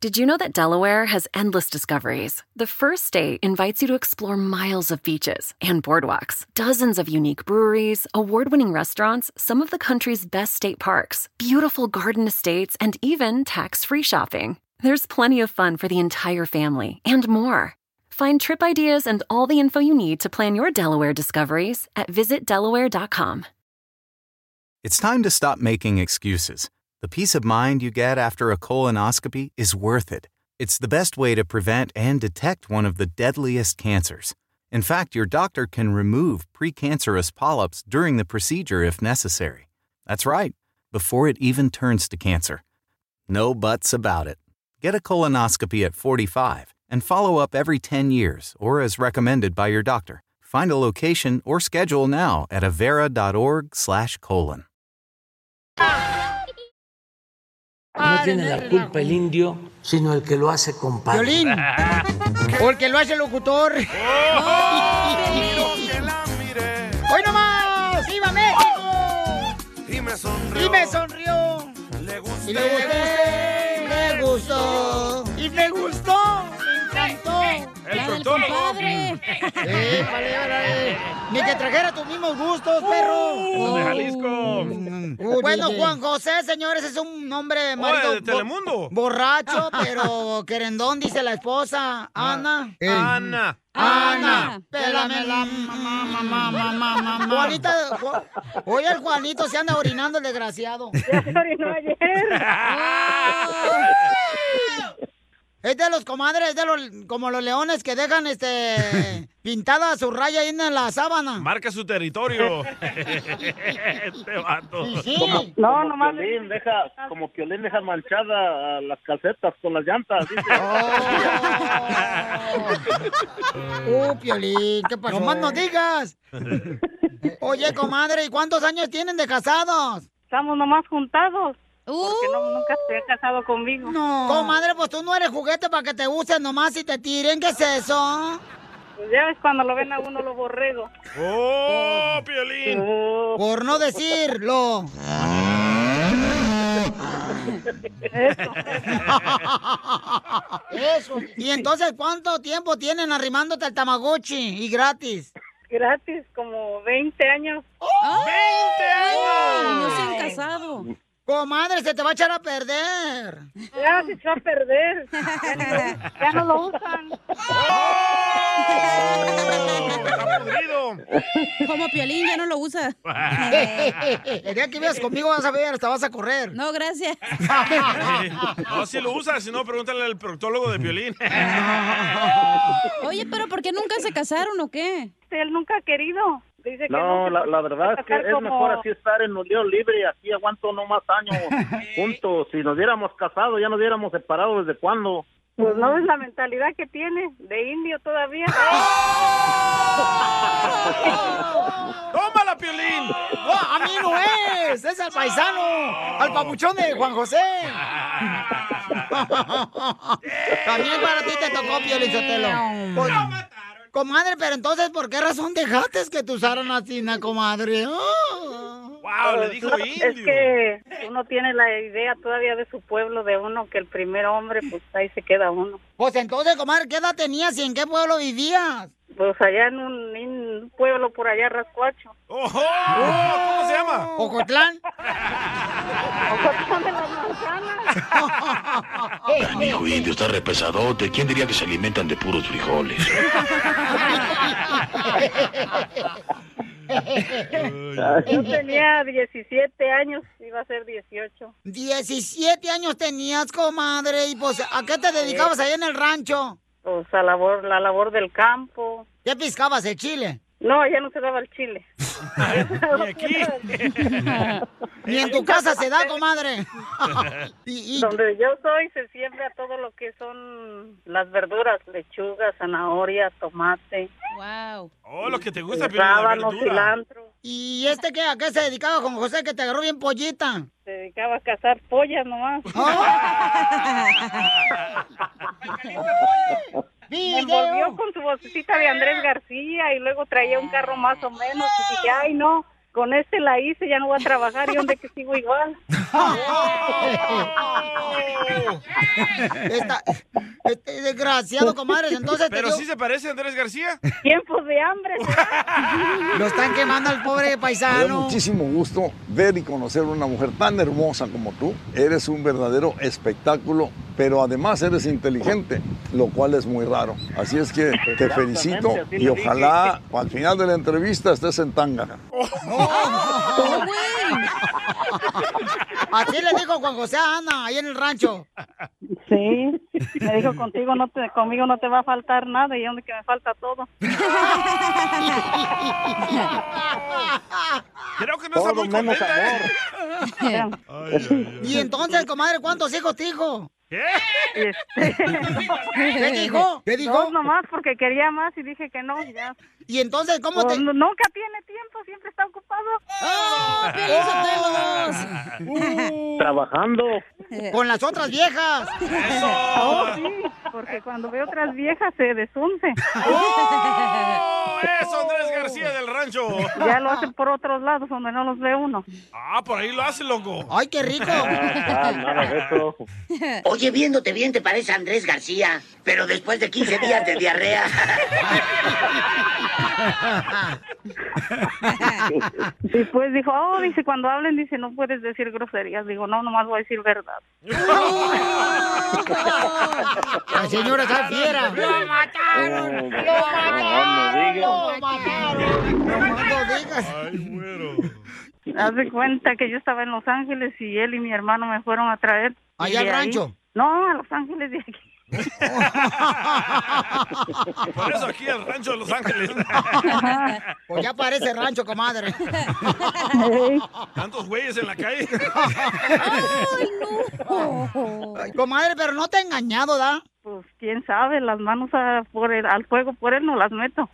Did you know that Delaware has endless discoveries? The first state invites you to explore miles of beaches and boardwalks, dozens of unique breweries, award winning restaurants, some of the country's best state parks, beautiful garden estates, and even tax free shopping. There's plenty of fun for the entire family and more. Find trip ideas and all the info you need to plan your Delaware discoveries at visitdelaware.com. It's time to stop making excuses. The peace of mind you get after a colonoscopy is worth it. It's the best way to prevent and detect one of the deadliest cancers. In fact, your doctor can remove precancerous polyps during the procedure if necessary. That's right, before it even turns to cancer. No buts about it. Get a colonoscopy at 45 and follow up every 10 years or as recommended by your doctor. Find a location or schedule now at avera.org/colon. No tiene la culpa el indio, sino el que lo hace compadre. Violín. Porque lo hace el locutor. ¡Hoy nomás! ¡Viva México! Y me sonrió. Y me sonrió. Y le gusté. Me gustó. Y me gustó. Me encantó. El proctólogo. compadre. Sí, vale, órale. Ni que trajera tus mismos gustos, perro. Eso es de Jalisco. bueno, Juan José, señores, es un nombre marido Oye, de bo- Telemundo. borracho, pero querendón, dice la esposa. Ana. Ah, eh. Ana. Ana, pélame la mamá, mamá, mamá, mamá. Juanita, Ju- hoy el Juanito se anda orinando el desgraciado. Es de los comadres, es de los, como los leones que dejan este pintada su raya ahí en la sábana. Marca su territorio. este vato. Como- Pues como Piolín deja, como Piolín deja manchada a las calcetas con las llantas. dice. Oh. Uh, Piolín, ¿qué pasó? Nomás no digas. Oye, comadre, ¿y cuántos años tienen de casados? Estamos nomás juntados. Porque nunca se ha casado conmigo. No. Comadre, pues tú no eres juguete para que te usen nomás y te tiren. ¿Qué es eso? Pues Ya ves cuando lo ven a uno lo borrego. ¡Oh, Piolín! Por no decirlo. Eso. Eso. Y entonces, ¿cuánto tiempo tienen arrimándote al Tamagotchi y gratis? Gratis, como 20 años. años! ¡Oh! No se han casado. Comadre, se te va a echar a perder. Ya se echó a perder. Ya no lo usan. ¡Oh! Como Piolín ya no lo usa. El día que veas conmigo vas a ver, hasta vas a correr. No, gracias. No, si lo usa, si no, pregúntale al proctólogo de Piolín. Oye, pero ¿por qué nunca se casaron o qué? Él nunca ha querido. Dice que No, la, la verdad es que Sacar es como- mejor así estar en unión libre, así aguanto uno más años juntos. Si nos hubiéramos casado, ya nos hubiéramos separado desde cuándo. Pues no es la mentalidad que tiene, de indio todavía. ¡Tómala, Piolín! No, a mí no es, es al paisano, al papuchón de Juan José. También para ti te tocó, Piolín Sotelo. Pues, comadre, pero entonces, ¿por qué razón dejaste que te usaran así, na, comadre? Oh, ¡Wow! Le dijo No, indio. Es que uno tiene la idea todavía de su pueblo, de uno, que el primer hombre, pues ahí se queda uno. Pues entonces, comadre, ¿qué edad tenías y en qué pueblo vivías? Pues allá en un, en un pueblo por allá, Rascuacho. ¡Ojo! Oh, ¿Cómo se llama? ¿Ocotlán? Ocotlán de las manzanas. Hijo indio, está repesadote. ¿Quién diría que se alimentan de puros frijoles? Yo tenía 17 años, iba a ser 18. 17 años tenías, comadre, y pues, ¿a qué te dedicabas allá en el rancho? Pues a labor, la labor del campo. ¿Qué piscabas, el chile? No, ya no se daba el chile. Ni aquí. Ni en tu casa se da, comadre. Donde yo soy se siembra todo lo que son las verduras, lechuga, zanahoria, tomate. Wow. Oh, lo que te gusta, Piolín, la Rábano, verdura. cilantro. ¿Y este qué? ¿A qué se dedicaba Juan José que te agarró bien pollita? Se dedicaba a cazar pollas nomás. ¡Oh! Me envolvió con su vocecita de Andrés García y luego traía un carro más o menos. Y dije, ay, no, con este la hice, ya no voy a trabajar. ¿Y dónde que sigo igual? Esta- este desgraciado, comadre, entonces te Pero dio- sí se parece a Andrés García. Tiempos de hambre. Lo están quemando al pobre Me da paisano. muchísimo gusto ver y conocer a una mujer tan hermosa como tú. Eres un verdadero espectáculo, pero además eres inteligente, lo cual es muy raro. Así es que te Exactamente, felicito así y lo dije. ojalá al final de la entrevista estés en tanga. Así le dijo Juan José a Ana, ahí en el rancho. Sí, me dijo contigo no te, conmigo no te va a faltar nada y donde que me falta todo. Creo que no está Todo muy menos contenta, ¿eh? amor. Y entonces, comadre, ¿cuántos hijos dijo? ¿Qué? ¿Qué dijo? ¿Qué dijo? Dos nomás porque quería más y dije que no, ya. ¿Y entonces cómo Pues, te...? no- Nunca tiene tiempo, siempre está ocupado. Oh, Trabajando. Con las otras viejas. Oh, sí, porque cuando veo otras viejas se desunce. ¡Oh, es Andrés García del rancho! Ya lo hacen por otros lados donde no los ve uno. Ah, por ahí lo hace, loco. ¡Ay, qué rico! Ah, Oye, viéndote bien te parece a Andrés García, pero después de 15 días de diarrea. Después dijo, oh, dice, cuando hablen, dice, no puedes decir groserías. Digo, no, nomás voy a decir verdad. La señora está fiera. ¡Lo mataron! ¡Lo mataron! ¡Lo mataron! Oh, ¡No más lo digas! Haz de cuenta que yo estaba en Los Ángeles y él y mi hermano me fueron a traer. ¿Ahí Y al de rancho? No, a Los Ángeles de aquí. Por eso aquí el rancho de Los Ángeles. Pues ya parece rancho, comadre. Tantos güeyes en la calle. Ay, Comadre, pero no te ha engañado, ¿da? Pues quién sabe, las manos a- por el- al fuego por él no las meto.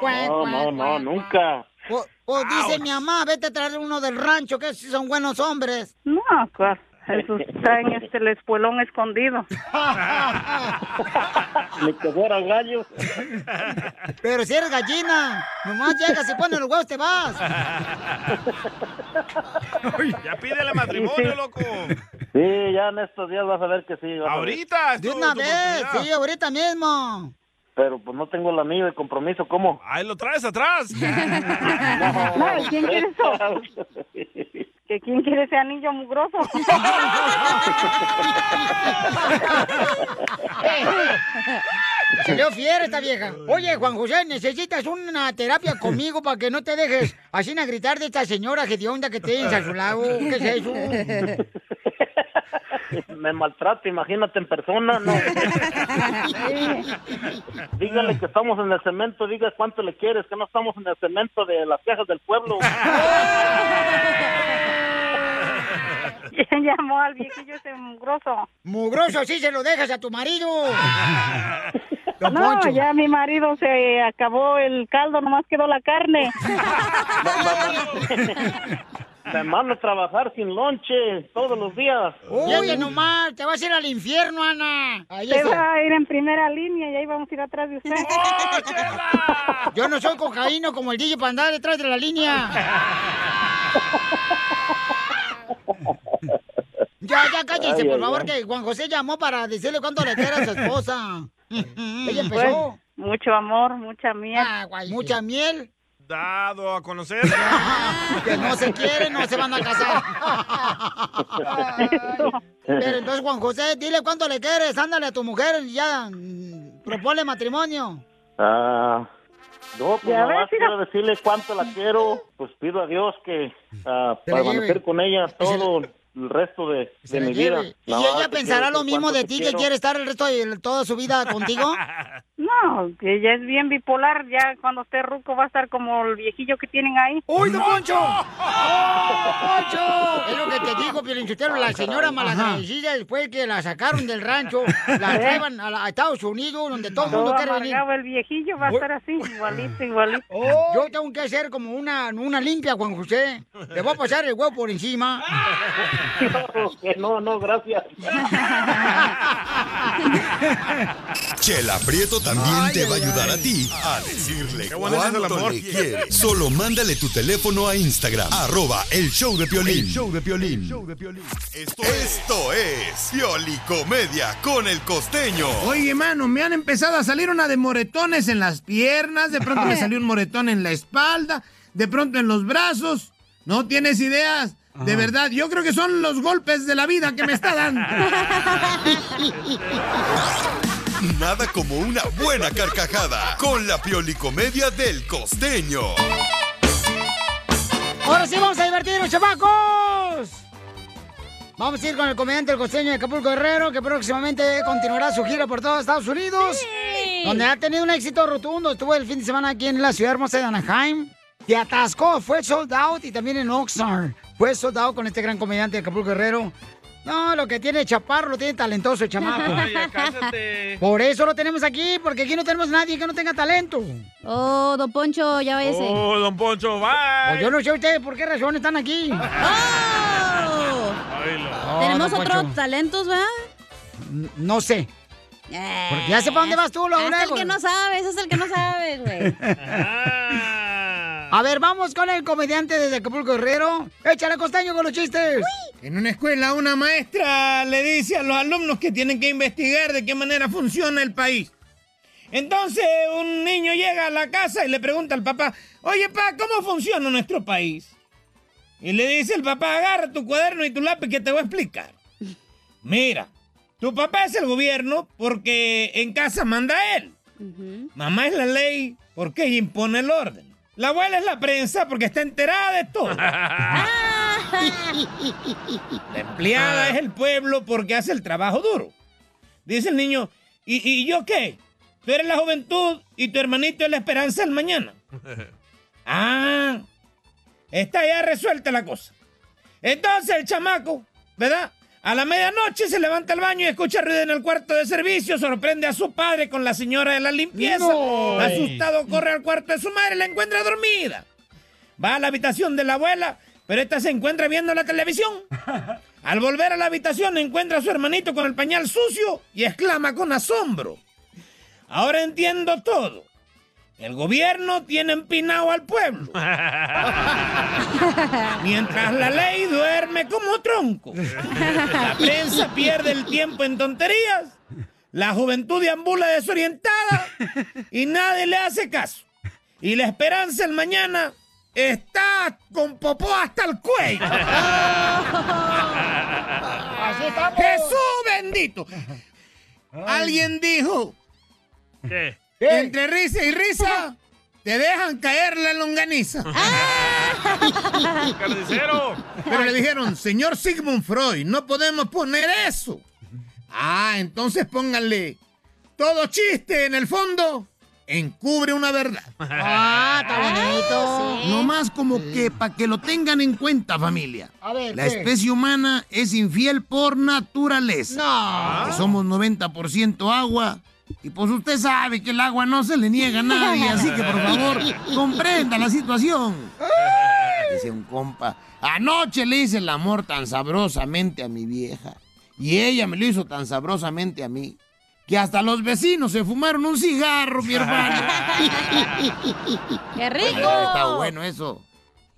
Cuac, No, cuac, no, no, nunca. O, Pues, o dice mi mamá, vete a traer uno del rancho, que si son buenos hombres. No, claro. Esos traen este el espuelón escondido. Le quedó al gallo. Pero si eres gallina, nomás llegas y pones los huevos, te vas. Ya pídele matrimonio, loco. Sí, ya en estos días vas a ver que sí. vas a ver. Ahorita. es De tu- una tu vez, oportunidad. sí, ahorita mismo. Pero pues no tengo el anillo de compromiso, ¿cómo? Ahí lo traes atrás. Ay, ¿Quién quiere eso? ¿Que ¿Quién quiere ese anillo mugroso? Se vio fiera esta vieja. Oye, Juan José, necesitas una terapia conmigo para que no te dejes así a gritar de esta señora que de onda que tienes a su lado. ¿Qué es eso? Me maltrata, imagínate en persona, ¿no? Dígale que estamos en el cemento, diga cuánto le quieres, que no estamos en el cemento de las cajas del pueblo. ¿Quién llamó al viejillo ese mugroso? Mugroso, sí se lo dejas a tu marido. Don no, Poncho. ya mi marido se acabó el caldo, nomás quedó la carne. Me mando a trabajar sin lonche todos los días. Oye, nomás, te vas a ir al infierno, Ana. Ahí Te está. va a ir en primera línea y ahí vamos a ir atrás de usted. Yo no soy cocaíno como el DJ para andar detrás de la línea. Ya, ya, cállese, Ay, por ay, favor, ay. que Juan José llamó para decirle cuánto le quiere a su esposa. Ella Pues, empezó. Ah, mucho amor, mucha miel. mucha miel. Dado a conocer. que no se quieren, no se van a casar. Pero entonces, Juan José, dile cuánto le quieres, ándale a tu mujer y ya, mm, propone matrimonio. Ah, no, pues Ya nada ves, más quiero decirle cuánto la quiero. Pues pido a Dios que ah, Se para la lleve. amanecer con ella todo el resto de, de la mi lleve. vida. ¿Y Nada más ella te pensará quiero lo decir mismo cuánto de te ti, que quiero. quiere estar el resto de toda su vida contigo? No, que ella es bien bipolar. Ya cuando esté ruco va a estar como el viejillo que tienen ahí. ¡Uy, no, Poncho! ¡Poncho! Es lo que te digo, Pirinchotero, Ah, la señora malagradecida después que la sacaron del rancho, la ¿Eh? llevan a, la- a Estados Unidos, donde todo el Todo mundo quiere venir. Oh. amargado el viejillo va a estar así, igualito, igualito. Yo tengo que hacer como una, una limpia, Juan José. Le voy a pasar el huevo por encima. No, no, gracias. Chela Prieto también te va a ayudar a ti a decirle Qué bueno es el cuánto amor. le quiere. Solo mándale tu teléfono a Instagram, arroba el show de Piolín. El show de Piolín. Esto, esto es Piolicomedia con el costeño. Oye, mano, me han empezado a salir una de moretones en las piernas, de pronto me salió un moretón en la espalda, de pronto en los brazos. No tienes ideas, Ah. de verdad. Yo creo que son los golpes de la vida que me está dando. Nada como una buena carcajada con la Piolicomedia del costeño. Ahora sí vamos a divertirnos, chamacos. Vamos a ir con el comediante el costeño de Acapulco Guerrero, que próximamente continuará su gira por todos Estados Unidos, donde ha tenido un éxito rotundo. Estuvo el fin de semana aquí en la ciudad hermosa de Anaheim. Se atascó, fue sold out y también en Oxnard. Fue sold out con este gran comediante de Acapulco Guerrero. No, lo que tiene Chaparro, lo tiene talentoso el chamaco. Por eso lo tenemos aquí, porque aquí no tenemos nadie que no tenga talento. Oh, don Poncho, ya váyase. Oh, don Poncho, va. Pues yo no sé ustedes por qué razón están aquí. Ah. Tenemos don otros Poncho. talentos, ¿verdad? No sé. Porque ya sé para dónde vas tú, luego, Ah, Es el luego. que no sabe, ese es el que no sabe, güey. A ver, vamos con el comediante desde Acapulco Guerrero. Échale costeño con los chistes. En una escuela, una maestra le dice a los alumnos que tienen que investigar de qué manera funciona el país. Entonces, un niño llega a la casa y le pregunta al papá, oye, pa, ¿cómo funciona nuestro país? Y le dice el papá, agarra tu cuaderno y tu lápiz que te voy a explicar. Mira, tu papá es el gobierno porque en casa manda él. Mamá es la ley porque ella impone el orden. La abuela es la prensa porque está enterada de todo. La empleada es el pueblo porque hace el trabajo duro. Dice el niño, ¿y, y yo qué? Tú eres la juventud y tu hermanito es la esperanza del mañana. Ah, está ya resuelta la cosa. Entonces el chamaco, ¿verdad? A la medianoche se levanta al baño y escucha ruido en el cuarto de servicio, sorprende a su padre con la señora de la limpieza. ¡No! Asustado corre al cuarto de su madre y la encuentra dormida. Va a la habitación de la abuela, pero esta se encuentra viendo la televisión. Al volver a la habitación encuentra a su hermanito con el pañal sucio y exclama con asombro. Ahora entiendo todo. El gobierno tiene empinado al pueblo. Mientras la ley duerme como tronco. La prensa pierde el tiempo en tonterías. La juventud deambula desorientada y nadie le hace caso. Y la esperanza el mañana está con popó hasta el cuello. Jesús bendito. Alguien dijo ¿Qué? que entre risa y risa te dejan caer la longaniza. Ah. Carnicero. Pero le dijeron, señor Sigmund Freud, no podemos poner eso. Ah, entonces pónganle, todo chiste en el fondo encubre una verdad. Ah, está bonito. No más como que para que lo tengan en cuenta, familia. A ver, La ¿qué? especie humana es infiel por naturaleza. No. Porque somos 90% agua Y pues usted sabe que el agua no se le niega a nadie, así que por favor, comprenda la situación. Dice un compa, anoche le hice el amor tan sabrosamente a mi vieja. Y ella me lo hizo tan sabrosamente a mí. Que hasta los vecinos se fumaron un cigarro, mi hermano. ¡Qué rico! Está bueno eso.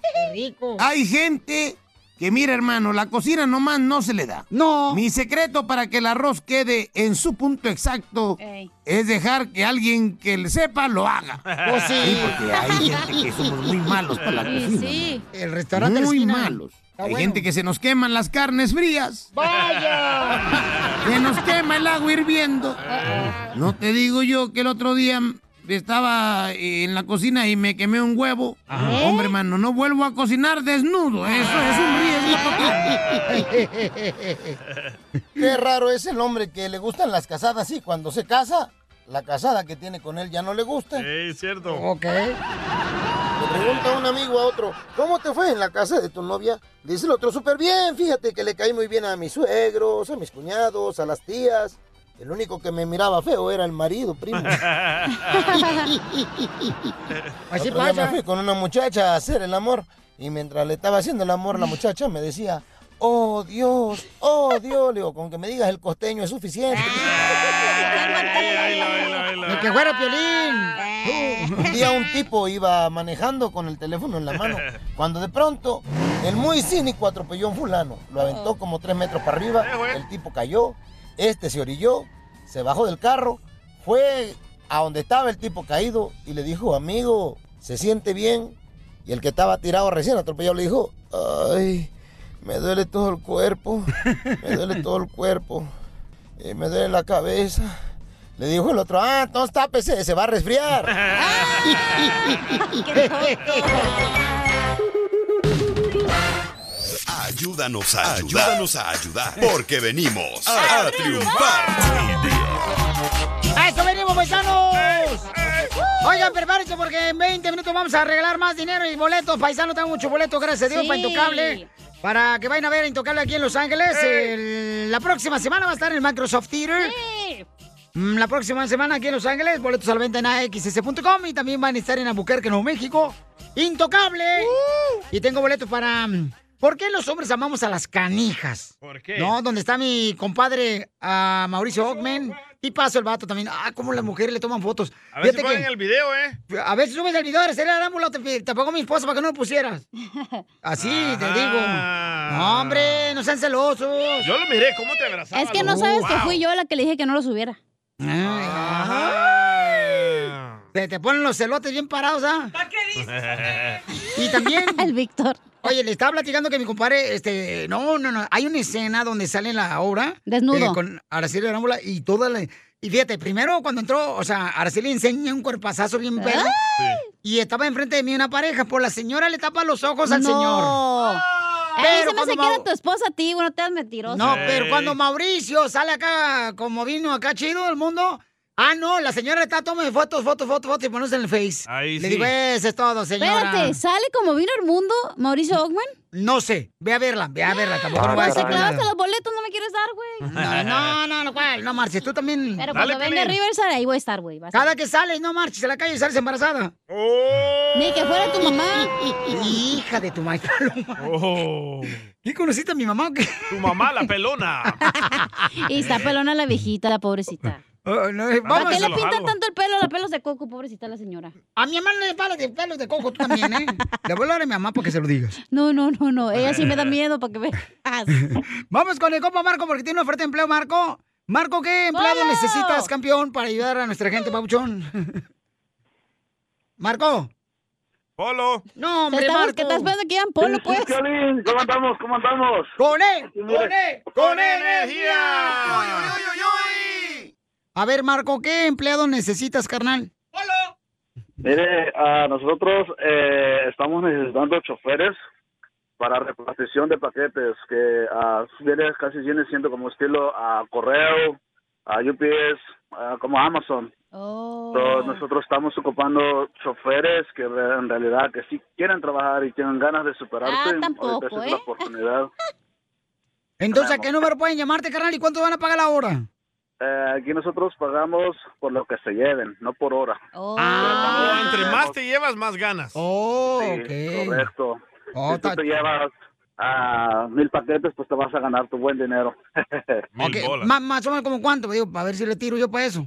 Qué rico. Hay gente que mira, hermano, la cocina nomás no se le da. No. Mi secreto para que el arroz quede en su punto exacto Ey. es dejar que alguien que le sepa lo haga. Pues sí. porque hay gente que somos muy malos para la Sí, cocina. sí. El restaurante de la muy esquina. malos. Está hay bueno. gente que se nos queman las carnes frías. ¡Vaya! Se nos quema el agua hirviendo. No te digo yo que el otro día estaba eh, en la cocina y me quemé un huevo. Ajá. Hombre, hermano, no vuelvo a cocinar desnudo. Eso es un riesgo Qué raro es el hombre que le gustan las casadas y cuando se casa, la casada que tiene con él ya no le gusta. Es cierto. Ok. Le pregunta un amigo a otro, ¿cómo te fue en la casa de tu novia? Dice el otro, súper bien, fíjate que le caí muy bien a mis suegros, a mis cuñados, a las tías. El único que me miraba feo era el marido, primo. Así Otro día pasa. Me fui con una muchacha a hacer el amor y mientras le estaba haciendo el amor la muchacha me decía, oh Dios, oh Dios, le digo, con que me digas el costeño es suficiente. El que fuera Piolín. Un día un tipo iba manejando con el teléfono en la mano, cuando de pronto el muy cínico atropelló a un fulano, lo aventó como tres metros para arriba, el tipo cayó, este se orilló, se bajó del carro, fue a donde estaba el tipo caído y le dijo, amigo, ¿se siente bien? Y el que estaba tirado recién atropellado le dijo, ay, me duele todo el cuerpo, me duele todo el cuerpo, eh, me duele la cabeza. Le dijo el otro, ah, entonces tápese, se va a resfriar. Ayúdanos a ayudar. Ah, Ayúdanos a ayudar. Porque venimos a, a triunfar. ¡A eso venimos, paisanos! Oigan, prepárense porque en 20 minutos vamos a regalar más dinero y boletos. Paisanos, tengo muchos boletos, gracias a Dios, Sí. para Intocable. Para que vayan a ver a Intocable aquí en Los Ángeles. Eh. El- la próxima semana va a estar en el Microsoft Theater. Mm, La próxima semana aquí en Los Ángeles, boletos a la venta en AXS.com y también van a estar en Albuquerque, Nuevo México. ¡Intocable! ¡Uh! Y tengo boletos para... mm, ¿Por qué los hombres amamos a las canijas? ¿Por qué? No, donde está mi compadre ah, Mauricio Ogman. Y paso el vato también. Ah, cómo las mujeres le toman fotos. A ver si ponen el video, ¿eh? A ver si subes el video, será arámbula, te, te pagó mi esposa para que no lo pusieras. Así Ah. te digo. No, hombre, no sean celosos. Yo lo miré, ¿cómo te abrazaba? Es que no loco? sabes que Wow. fui yo la que le dije que no lo subiera. Se te ponen los celotes bien parados, ¿ah? Y también. El Víctor. Oye, le estaba platicando que mi compadre, este, no, no, no. Hay una escena donde sale la obra. eh, Desnudo. con Araceli Arámbula y toda la. Y fíjate, primero cuando entró, o sea, Araceli enseña un cuerpazazo bien ¿Eh? verde. Y estaba enfrente de mí una pareja, por la señora le tapa los ojos al No. señor. Ay, se me hace que era tu esposa a ti, bueno, te das mentiroso. No, pero cuando Mauricio sale acá, como vino acá chido el mundo. Ah, no, la señora está tomando fotos, fotos, fotos, fotos y ponerse en el face. Le sí. digo, eh, eso es todo, señora. Espérate, ¿sale como vino el mundo Mauricio Ogman? Ah, No sé, ve a verla, ve a verla, tampoco Pero no voy a cuando te decir nada. clavaste los boletos no me quieres dar, güey. No, no, no, no, cuál, no marches, tú también. Pero cuando venga Riverside, ahí voy a estar, güey. vas a- Cada que sales, no marches a la calle y sales embarazada. Oh. Ni que fuera tu mamá. Hija de tu madre, Paloma. ¿Qué conociste a mi mamá o qué? Oh. Tu mamá, la pelona. Y está pelona la viejita, la pobrecita. Oh, no, ¿Para vamos. qué le pintan tanto el pelo? La pelos de coco, pobrecita la señora. A mi mamá le palas de pelos de coco, tú también, ¿eh? Le voy a hablar a mi mamá para que se lo digas. No, no, no, no. Ella sí me da miedo para que veas. Vamos con el compa Marco porque tiene una oferta de empleo, Marco. Marco, ¿qué empleado ¡Hola! necesitas, campeón, para ayudar a nuestra gente, Pauchón? Marco. Polo. No, Te hombre, estamos- Marco. que estás viendo que llevan polo, pues. ¿Cómo andamos? ¿Cómo andamos? ¡Con él! Sí, mire. ¡Con E, él! ¡Con energía! A ver, Marco, ¿qué empleado necesitas, carnal? Mire, ah, nosotros eh, estamos necesitando choferes para repartición de paquetes que ah, viene- casi viene siendo como estilo a correo, a UPS, ah, como Amazon. Oh. So, nosotros estamos ocupando choferes que re- en realidad que sí quieren trabajar y tienen ganas de superarse. Ahorita Ah, tampoco, esa es ¿eh? la oportunidad. Entonces, ¿a qué número pueden llamarte, carnal? ¿Y cuánto van a pagar la hora? eh, aquí nosotros pagamos por lo que se lleven, no por hora. Ah, entre más te llevas, más ganas. Oh, Sí, correcto. Oh, si tú está te chido. llevas ah, mil paquetes, pues te vas a ganar tu buen dinero. Ok, ma- Más o menos como cuánto, digo, para ver si le tiro yo para eso.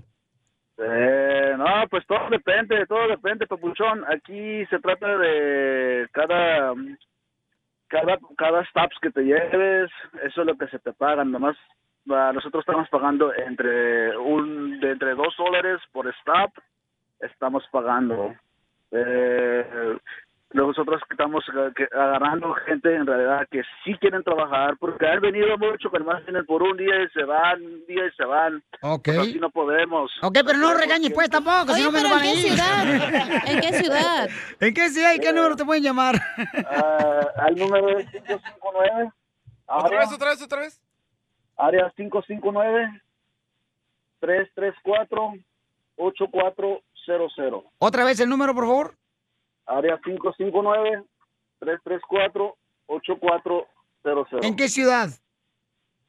Eh, no, pues todo depende, todo depende, papuchón. Aquí se trata de cada cada cada stops que te lleves, eso es lo que se te pagan. Nomás ah, nosotros estamos pagando entre un de entre dos dólares por stop, estamos pagando. Eh, nosotros estamos eh, que- agarrando gente en realidad que sí quieren trabajar porque han venido mucho, que nomás vienen por un día y se van, un día y se van. Ok. Pero así no podemos. Ok, pero no regañes pues tampoco, si no me lo van a ir. ¿En qué ciudad? ¿En qué ciudad y qué número te pueden llamar? al Ah, número de 559. Otra vez, otra vez, otra vez. Área 559-334-8400. Otra vez el número, por favor. Área 559-334-8400. ¿En qué ciudad?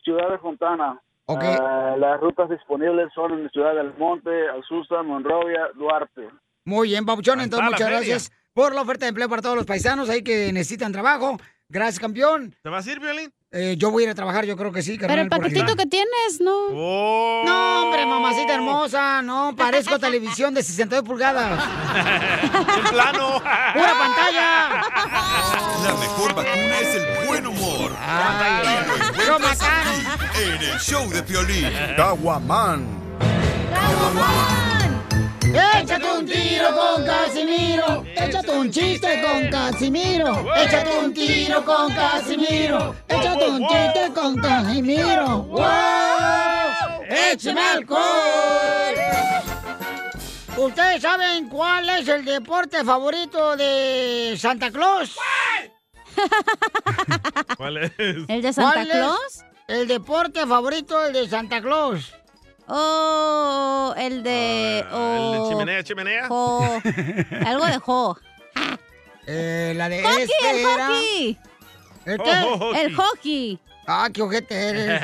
Ciudad de Fontana. Ok. Ah, las rutas disponibles son en Ciudad del Monte, Azusa, Monrovia, Duarte. Muy bien, Papuchón. Entonces, la muchas feria. gracias por la oferta de empleo para todos los paisanos ahí que necesitan trabajo. Gracias, campeón. ¿Te vas a ir, Violín? Eh, yo voy a ir a trabajar, yo creo que sí, Pero carnal. el paquetito que tienes, ¿no? No, hombre, mamacita hermosa, Ah, no, parezco televisión de 62 pulgadas. En plano. ¡Pura pantalla! La mejor vacuna es el buen humor. Y lo encuentras aquí, en el show de Piolín. Caguaman. Échate un tiro con Casimiro, échate un chiste con Casimiro, échate un tiro con Casimiro, échate un chiste con Casimiro. ¡Wow! ¡Échame alcohol! ¿Ustedes saben cuál es el deporte favorito de Santa Claus? ¿Cuál es? ¿Cuál es El deporte favorito del de Santa Claus. Oh, el de. Ah, El de oh, chimenea, chimenea. jo. Algo de jo. la de hockey, este el era- hockey. ¿El qué? Oh, hockey. El hockey. Ah, qué ojete eres.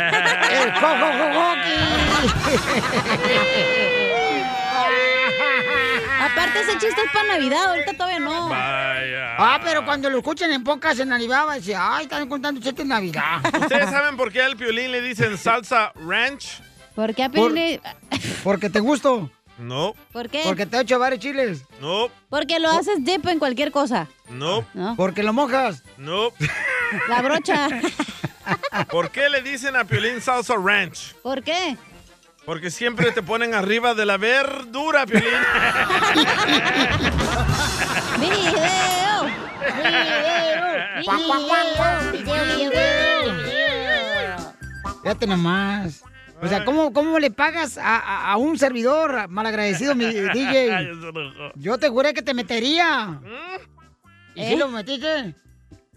El coco Aparte, ese chiste es para Navidad, ahorita todavía no. Vaya. Ah, pero cuando lo escuchen en pocas en Navidad, va a decir, ay, están contando chistes en Navidad. ¿Ustedes saben por qué al Piolín le dicen salsa ranch? ¿Por qué a Por- Piolín le- Porque te gusto. No, ¿Por qué? Porque te ha hecho varios chiles. no, Porque lo haces dip en cualquier cosa. no, Porque lo mojas. no. La brocha. ¿Por qué le dicen a Piolín salsa ranch? ¿Por qué? Porque siempre te ponen arriba de la verdura, Piolín. ¡Video! Fíjate nomás. O Ah. sea, ¿cómo, cómo le pagas a, a- a un servidor malagradecido, mi DJ? Yo te juré que te metería. ¿Mm? ¿Y si ¿Eh? lo metiste?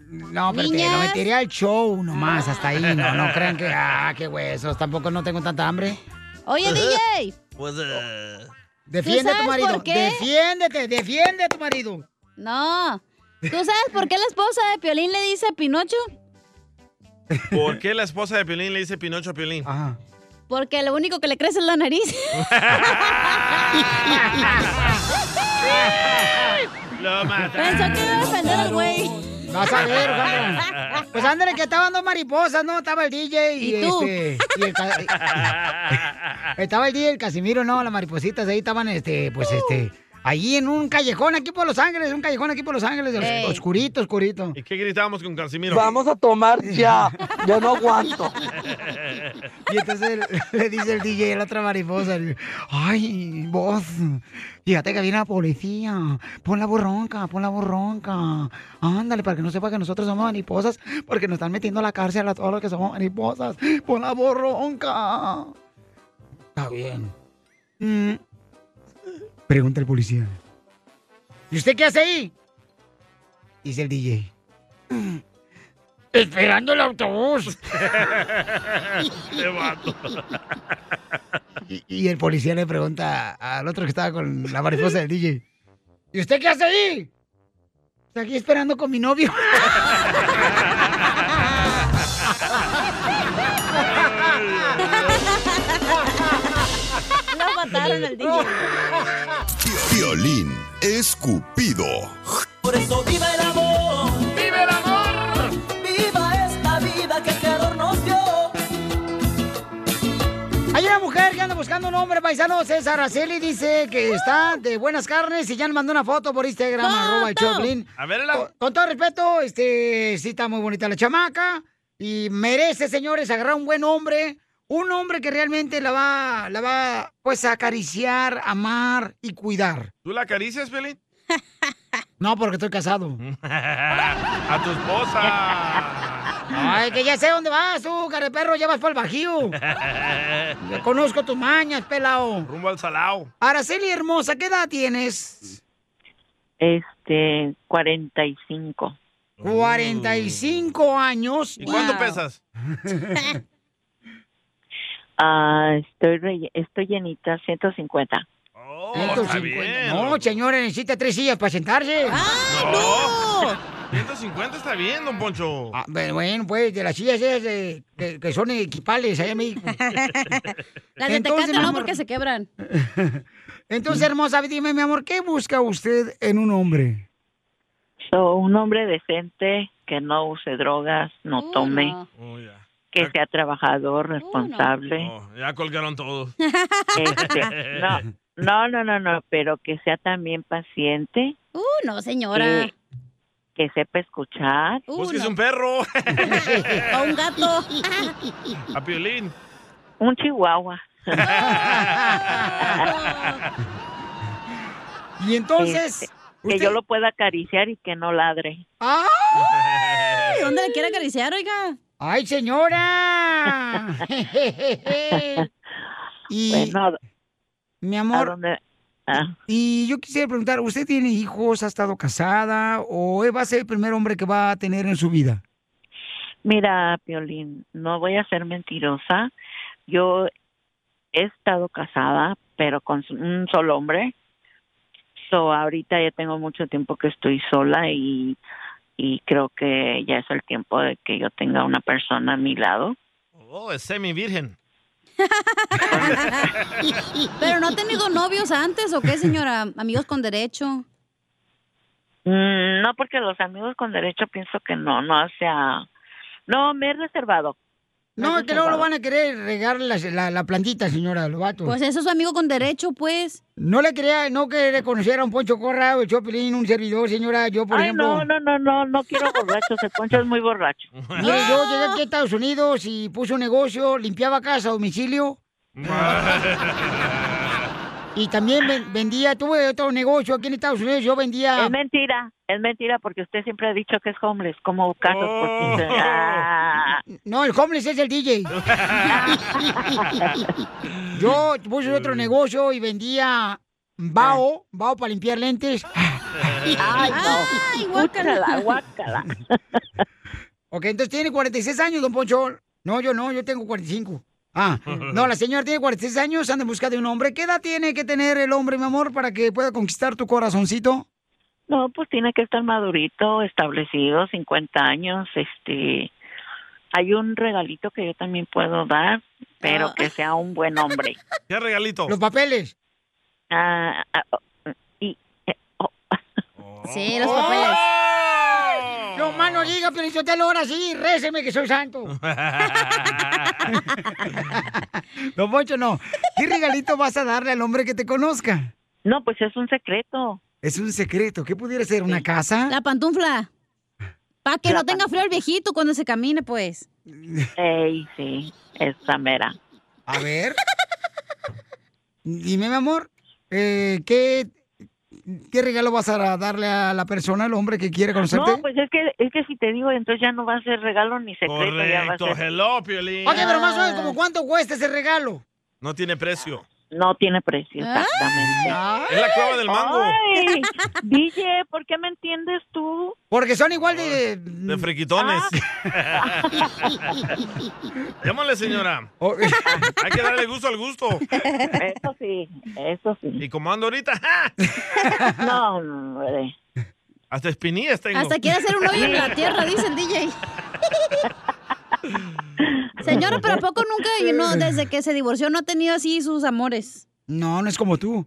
No, pero te, Niñas. lo metería al show nomás, hasta ahí. No, no crean que, ah, qué huesos, tampoco no tengo tanta hambre. Oye, DJ. Defiende a tu sabes marido. por qué? Defiéndete, defiende a tu marido. No. ¿Tú sabes por qué la esposa de Piolín le dice a Pinocho? ¿Por qué la esposa de Piolín le dice Pinocho a Piolín? Porque lo único que le crece es la nariz. Lo Pensó que iba a ofender al güey. Vas a ver, Sandra. Pues ándale, que estaban dos mariposas, ¿no? Estaba el DJ y, ¿Y tú? este, y el ca- estaba el DJ y el Casimiro, no, las maripositas ahí estaban, este, pues este. Allí en un callejón aquí por Los Ángeles, un callejón aquí por Los Ángeles, os- Ey. oscurito, oscurito. ¿Y qué gritábamos con Casimiro? Vamos a tomar ya, yo no aguanto. Y ¿Qué entonces le, le dice el DJ a la otra mariposa, le- ay, vos, fíjate que viene la policía, pon la borronca, pon la borronca, ándale, para que no sepa que nosotros somos mariposas, porque nos están metiendo a la cárcel a todos los que somos mariposas, pon la borronca. Está bien. Mm. Pregunta el policía. ¿Y usted qué hace ahí? Dice el DJ. Esperando el autobús. vato. Y, y el policía le pregunta al otro que estaba con la mariposa del DJ. ¿Y usted qué hace ahí? Estoy aquí esperando con mi novio. agarraron al DJ. Violín escupido. Por eso viva el amor. ¡Viva el amor! ¡Viva esta vida que el Creador nos dio! Hay una mujer que anda buscando un hombre paisano, César Araceli, dice que está de buenas carnes y ya le mandó una foto por Instagram, arroba el Choplin. A ver, la- Con, con todo respeto, este, sí está muy bonita la chamaca y merece, señores, agarrar un buen hombre, un hombre que realmente la va, la va, pues, a acariciar, amar y cuidar. ¿Tú la acaricias, Pelín? No, porque estoy casado. A tu esposa. Ay, que ya sé dónde vas tú, perro, ya vas para el Bajío. Yo conozco tus mañas, pelao. Rumbo al salao. Araceli hermosa, ¿qué edad tienes? Este, 45. 45 años. ¿Y cuánto pesas? Ah, estoy, re- estoy llenita, 150. No, señores, necesita tres sillas para sentarse. Ah. no! 150 está bien, don Poncho. Pero bueno, pues, de las sillas esas de- que, que son equipales allá en México. Las de Entonces, Tecate mi no, amor- porque se quebran. Entonces, hermosa, dime, mi amor, ¿qué busca usted en un hombre? So, un hombre decente Eh, que no use drogas, no Uh, tome, no. que sea trabajador, responsable. Ya colgaron todos. Este, no, no, no, no, no, pero que sea también paciente. Uh, no, señora. Que, Eh, que sepa escuchar. Uh, Búsquese no. un perro. O un gato. A Piolín. Un chihuahua. Y entonces, este, que yo lo pueda acariciar y que no ladre. ¡Ay! ¿Dónde le quiere acariciar, oiga? ¡Ay, señora! Este, y, Bueno, mi Pues ¿a amor, dónde? Ah, y yo quisiera preguntar, ¿usted tiene hijos, ha estado casada o va a ser el primer hombre que va a tener en su vida? mira, Piolín, no voy a ser mentirosa. Yo he estado casada, pero con un solo hombre. So, ahorita ya tengo mucho tiempo que estoy sola y, y creo que ya es el tiempo de que yo tenga una persona a mi lado. Oh, es semi virgen. Pero no ha tenido novios antes, ¿o qué, señora? Amigos con derecho. Mm, No, porque los amigos con derecho pienso que no, no, o sea, no, me he reservado. Pues No, es que luego lo van reservado. a querer regar la, la- la plantita, señora, los vatos. Pues eso es su amigo con derecho, pues. No le quería, no quería conocer a un Poncho Corra, el Chopelín, un servidor, señora, yo por Ay, ejemplo... no, no, no, no, no quiero borrachos, el poncho es muy borracho. Mire, yo llegué aquí a Estados Unidos y puse un negocio, limpiaba casa a domicilio y también ven- vendía, tuve otro negocio aquí en Estados Unidos, yo vendía... Es mentira, es mentira, porque usted siempre ha dicho que es homeless, como Carlos Oh. por quince- Ah. No, el homeless es el DJ. Yo puse otro negocio y vendía bao, bao para limpiar lentes. Ay, no. Ay, guácala. Úchala, guácala. Ok, entonces tiene 46 años, don Poncho. No, yo no, yo tengo 45. Ah, no, la señora tiene 46 años, anda en busca de un hombre. ¿Qué edad tiene que tener el hombre, mi amor, para que pueda conquistar tu corazoncito? No, pues tiene que estar madurito, establecido, 50 años, este... Hay un regalito que yo también puedo dar, pero que sea un buen hombre. ¿Qué regalito? Ah. Los papeles. Ah, ah, oh, y, eh, oh, Sí, los papeles. No más no diga, pero yo te lo ahora sí, réceme que soy santo. Don Poncho, no. ¿Qué regalito vas a darle al hombre que te conozca? No, pues es un secreto. Es un secreto. ¿Qué pudiera ser? ¿Una casa? La pantufla. Para que no tenga frío el viejito cuando se camine, pues. Ey, sí, esa mera. A ver. Dime, mi amor, eh, ¿qué, ¿qué regalo vas a darle a la persona, al hombre que quiere conocerte? No, pues es que, es que si te digo, entonces ya no va a ser regalo ni secreto, ya va a Correcto. ser... Hello, Piolín. Oye, pero más o menos, ¿como cuánto cuesta ese regalo? No tiene precio. No tiene precio, Ah. exactamente. Es la cueva del mango. Ay, DJ, ¿por qué me entiendes tú? Porque son igual de... De friquitones. Ah. Llámale, señora. Hay que darle gusto al gusto. Eso sí, eso sí. ¿Y como ando ahorita? ¡ja! No, hombre. Hasta espinillas tengo. Hasta quiere hacer un hoyo en la tierra, dice el DJ. Señora, pero ¿a poco nunca, no, desde que se divorció, no ha tenido así sus amores. No, no es como tú.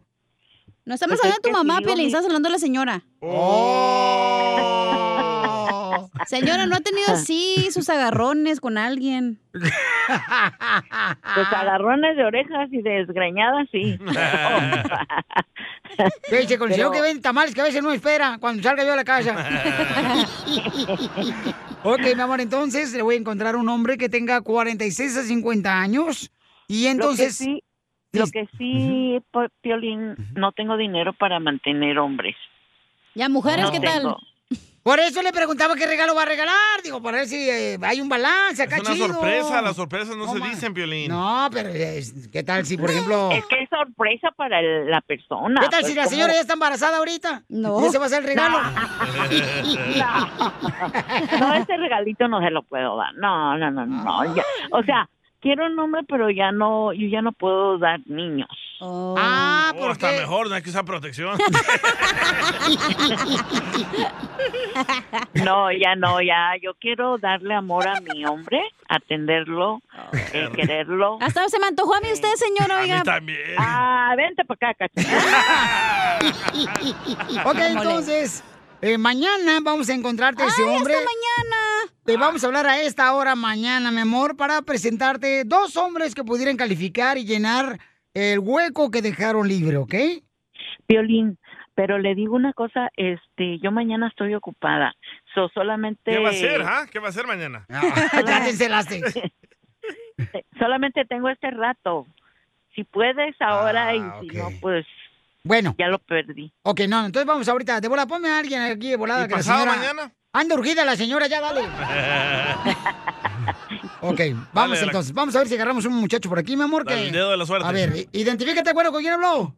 No estamos Pues es hablando de tu que mamá, sí, Piolín, homie. estás hablando de la señora. Oh. Señora, ¿no ha tenido así sus agarrones con alguien? Pues agarrones de orejas y de desgreñadas, sí. Que se consideró que Pero- vende tamales que a veces no espera cuando salga yo a la casa. ok, mi amor, entonces le voy a encontrar un hombre que tenga 46 a 50 años. Y entonces. sí- Lo que sí, po- Piolín, no tengo dinero para mantener hombres. ¿Y a mujeres No qué tal? tengo. Por eso le preguntaba qué regalo va a regalar. Digo, para ver si eh, hay un balance acá, Es una chido. sorpresa, las sorpresas no, No se más. dicen, Piolín. No, pero eh, ¿qué tal si, por ejemplo... Es que es sorpresa para el- la persona. ¿Qué tal pues, si la ¿cómo? señora ya está embarazada ahorita? No. Y ese va a ser el regalo. No, ese regalito no se lo puedo dar. No, no, no, no. Ah. no, ya. O sea, quiero un hombre, pero ya no, yo ya no puedo dar niños. Ah, Oh, está mejor, no hay que usar protección. No, ya no, ya. Yo quiero darle amor a mi hombre, atenderlo, Ah. eh, quererlo. Hasta se me antojó a mí usted, señora, oiga. también. Ah, vente para acá, ok, entonces, eh, mañana vamos a encontrarte a ese Ay, hasta hombre. mañana! Te vamos a hablar a esta hora mañana, mi amor, para presentarte dos hombres que pudieran calificar y llenar el hueco que dejaron libre, ¿ok? Violín, pero le digo una cosa, este, yo mañana estoy ocupada. So, solamente... ¿Qué va a hacer, ah? ¿Qué va a hacer mañana? Ah. ya te encelaste. solamente tengo este rato. Si puedes ahora y si no, pues... Bueno. Ya lo perdí. Ah, Ok, no, entonces vamos ahorita. De bola, ponme a alguien aquí de volada. ¿Y que la pasado señora- mañana? Anda urgida la señora, ya dale. Ok, vamos Dale, la- entonces. Vamos a ver si agarramos un muchacho por aquí, mi amor. Dale, que- el dedo de la suerte. A ver, i- identifícate, güero, ¿con quién habló?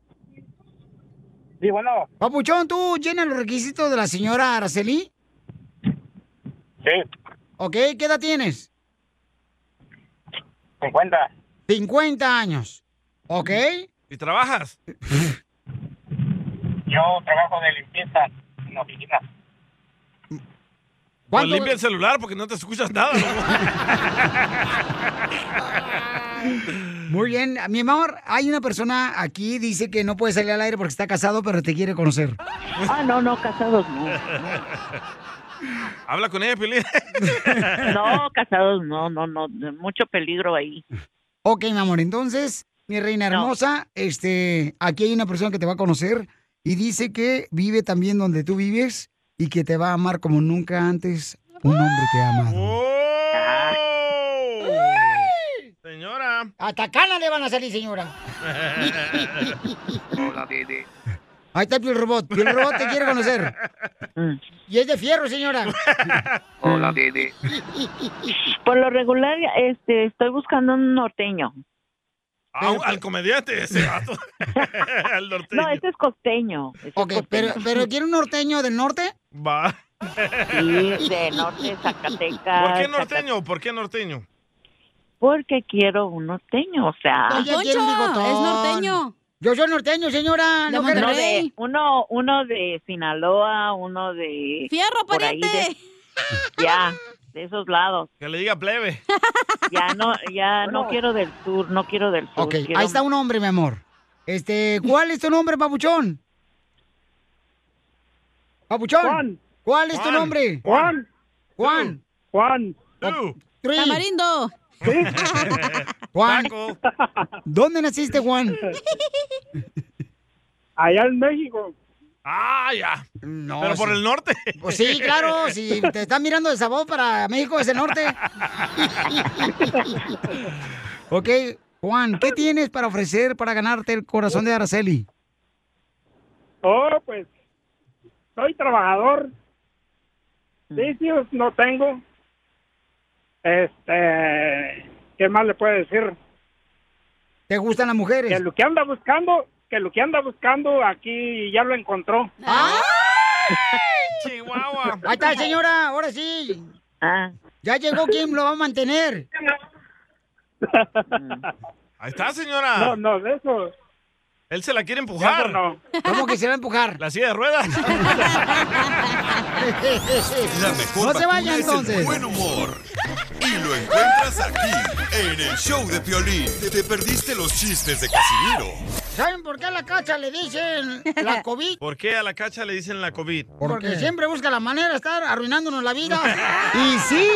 Sí, bueno. Papuchón, ¿tú llenas los requisitos de la señora Araceli? Sí. Ok, ¿qué edad tienes? 50. 50 años. Ok. ¿Y trabajas? Yo trabajo de limpieza en la oficina. Pues limpia el celular porque no te escuchas nada. Muy bien. Mi amor, hay una persona aquí, dice que no puede salir al aire porque está casado, pero te quiere conocer. Ah, no, no, casados no. Habla con ella, Piolín. No, casados no, no, no. Mucho peligro ahí. Ok, mi amor, entonces, mi reina hermosa, este, aquí hay una persona que te va a conocer y dice que vive también donde tú vives y que te va a amar como nunca antes un hombre te ha amado. Señora. Hasta cana le van a salir, señora. Hola, Didi. Ahí está el robot. El robot te quiere conocer. Y es de fierro, señora. Hola, Didi. Por lo regular, este, estoy buscando un norteño. Ah, al comediante ese vato. al norteño. No, este es costeño. Este es Ok, pero, costeño. pero ¿quiere un norteño del norte? Va. Sí, de norte, Zacatecas. ¿Por qué norteño? ¿Por qué norteño? Porque quiero un norteño, o sea. Ella quiere un bigotón. Yo soy norteño, señora. No, no quiere- de- uno, uno de Sinaloa, uno de... Fierro, por ahí pariente. de- ya, de esos lados. Que le diga plebe. Ya no, ya no quiero del sur, no quiero del sur. Ok, Pues quiero- ahí está un hombre, mi amor. Este, ¿cuál es tu nombre, papuchón? Papuchón. Juan. ¿Cuál es Juan. tu nombre? Juan. Juan. Juan. Tamarindo. Juan. ¿Dónde naciste, Juan? Allá en México. Ah, ya. No. Pero por sí. el norte. Pues sí, claro, si te están mirando de sabor para México es el norte. ok, Juan, ¿qué tienes para ofrecer para ganarte el corazón de Araceli? Oh, pues, soy trabajador. Mm. Vicios no tengo. Este, ¿qué más le puedo decir? ¿Te gustan las mujeres? Que lo que anda buscando, que lo que anda buscando aquí ya lo encontró. Chihuahua. Ahí está, señora, ahora sí. Ya llegó quien lo va a mantener. Mm. Ahí está, señora. No, no, de eso. Él se la quiere empujar. ¿Cómo que se va a empujar? La silla de ruedas. La mejor No se vacuna vaya es el entonces. buen humor. Y lo encuentras aquí, en el show de Piolín. ¿Te perdiste los chistes de Casimiro? ¿Saben por qué a la cacha le dicen la COVID? ¿Por qué a la cacha le dicen la COVID? Porque siempre busca la manera de estar arruinándonos la vida. y sí.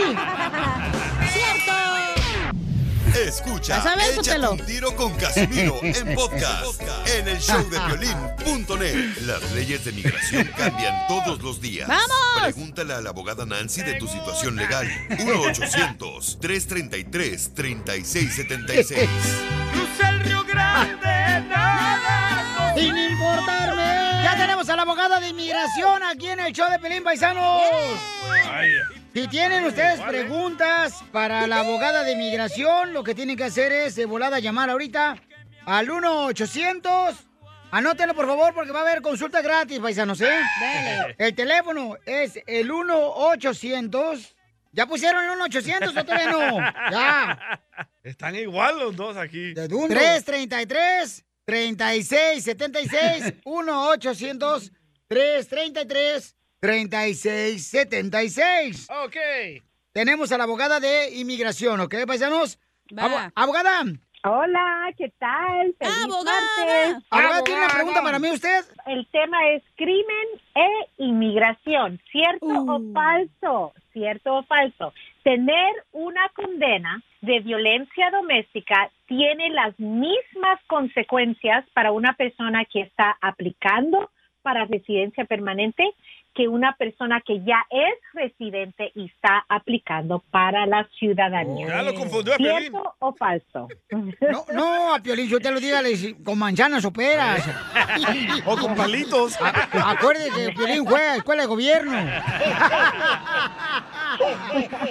Escucha, Ya sabes, échate Sotelo. un tiro con Casimiro en podcast, en el show de Piolín.net. Las leyes de migración cambian todos los días. ¡Vamos! Pregúntale a la abogada Nancy de tu situación legal. 1-800-333-3676. Sin importarme. Ya tenemos a la abogada de inmigración aquí en el show de Pelín Paisanos. Si tienen ustedes preguntas para la abogada de inmigración, lo que tienen que hacer es de volada llamar ahorita al 1-800. Anótenlo, por favor, porque va a haber consulta gratis, paisanos, ¿eh? Dale. El teléfono es el 1-800. ¿Ya pusieron el 1-800 o todavía no? Ya. Están igual los dos aquí. 333 36 76 1 800 333 36 76 Ok. Tenemos a la abogada de inmigración, ¿ok, paisanos? Va. Abo- abogada. Hola, ¿qué tal? Abogada. Abogada, tiene una pregunta para mí usted. El tema es crimen e inmigración, ¿cierto o falso? ¿Cierto o falso? Tener una condena de violencia doméstica tiene las mismas consecuencias para una persona que está aplicando para residencia permanente que una persona que ya es residente y está aplicando para la ciudadanía. Ya lo confundió a Piolín. ¿Cierto o falso? No, no, a Piolín, yo te lo digo, con manzanas o peras. O con palitos. acuérdese que Piolín juega a escuela de gobierno.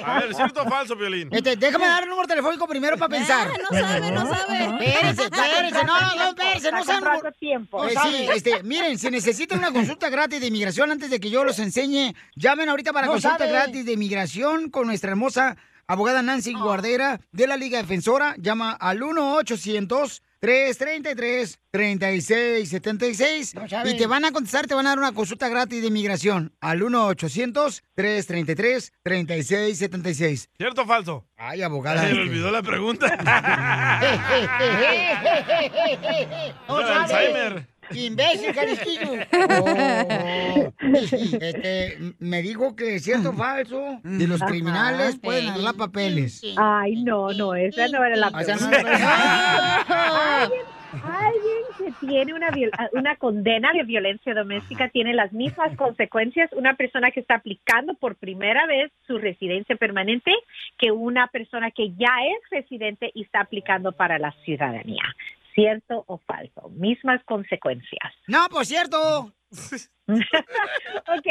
A ver, ¿cierto o falso, Piolín? Este, déjame dar el número telefónico primero para pensar. no sabe, no sabe. Espérense, espérense, no, no, no, espérense, Está no saben. comprando Eh, No sí, sabe. este, miren, si necesitan una consulta gratis de inmigración antes de que yo los enseñe, llamen ahorita para No consulta sabe. gratis de inmigración con nuestra hermosa abogada Nancy Guardera de la Liga Defensora. Llama al 1-800. 333-3676 sabe. y te van a contestar, te van a dar una consulta gratis de inmigración al 1-800-333-3676. ¿Cierto o falso? Ay, abogada. Se este. me olvidó la pregunta. no Era sabe. Alzheimer. Imbécil, carisquillo. Oh. Este, m- me dijo que es cierto o falso de los Ajá. criminales pueden arreglar papeles. Ay, no, no, esa no era la O sea, pregunta. Ah. no era- alguien, alguien que tiene una, viol- una condena de violencia doméstica tiene las mismas consecuencias una persona que está aplicando por primera vez su residencia permanente que una persona que ya es residente y está aplicando para la ciudadanía. ¿Cierto o falso? Mismas consecuencias. No, pues, por cierto. ok.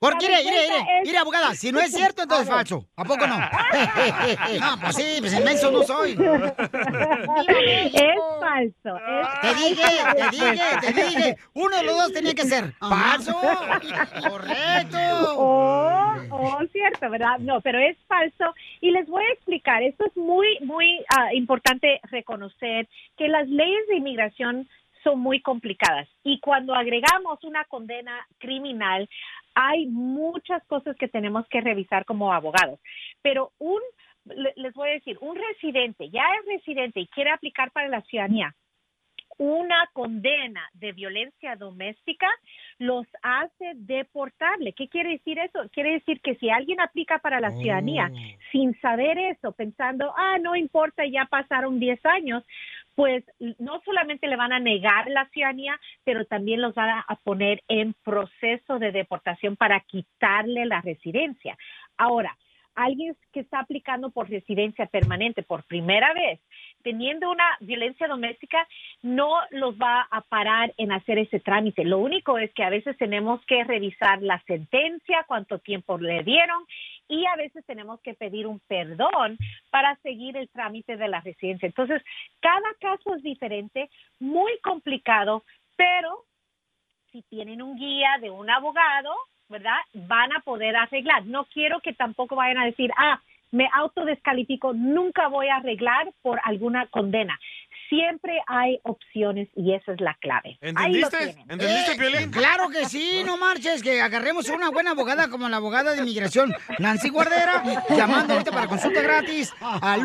Porque, la mire, mire, respuesta mire, es- mire, abogada, si no es cierto, entonces es A ver. falso. ¿A poco no? No, pues sí, pues inmenso no soy. es falso. Te dije, te dije, te dije. Uno de los dos tenía que ser. Falso. Correcto. Oh, oh, cierto, ¿verdad? No, pero es falso. Y les voy a explicar, esto es muy, muy ah, importante reconocer que las leyes de inmigración son muy complicadas. Y cuando agregamos una condena criminal, hay muchas cosas que tenemos que revisar como abogados. Pero un, le- les voy a decir, un residente, ya es residente y quiere aplicar para la ciudadanía, una condena de violencia doméstica los hace deportable. ¿Qué quiere decir eso? Quiere decir que si alguien aplica para la ciudadanía sin saber eso, pensando, ah, no importa, ya pasaron 10 años, pues no solamente le van a negar la ciudadanía, pero también los van a poner en proceso de deportación para quitarle la residencia. Ahora, alguien que está aplicando por residencia permanente por primera vez, teniendo una violencia doméstica, no los va a parar en hacer ese trámite. Lo único es que a veces tenemos que revisar la sentencia, cuánto tiempo le dieron y a veces tenemos que pedir un perdón para seguir el trámite de la residencia. Entonces, cada caso es diferente, muy complicado, pero si tienen un guía de un abogado, ¿verdad? Van a poder arreglar. No quiero que tampoco vayan a decir, ah, me autodescalifico, nunca voy a arreglar por alguna condena. Siempre hay opciones y esa es la clave. Ahí lo ¿Entendiste? tienen. ¿Entendiste, Piolín? Eh, Claro que sí, no marches, que agarremos una buena abogada como la abogada de inmigración, Nancy Guardera, llamando ahorita para consulta gratis al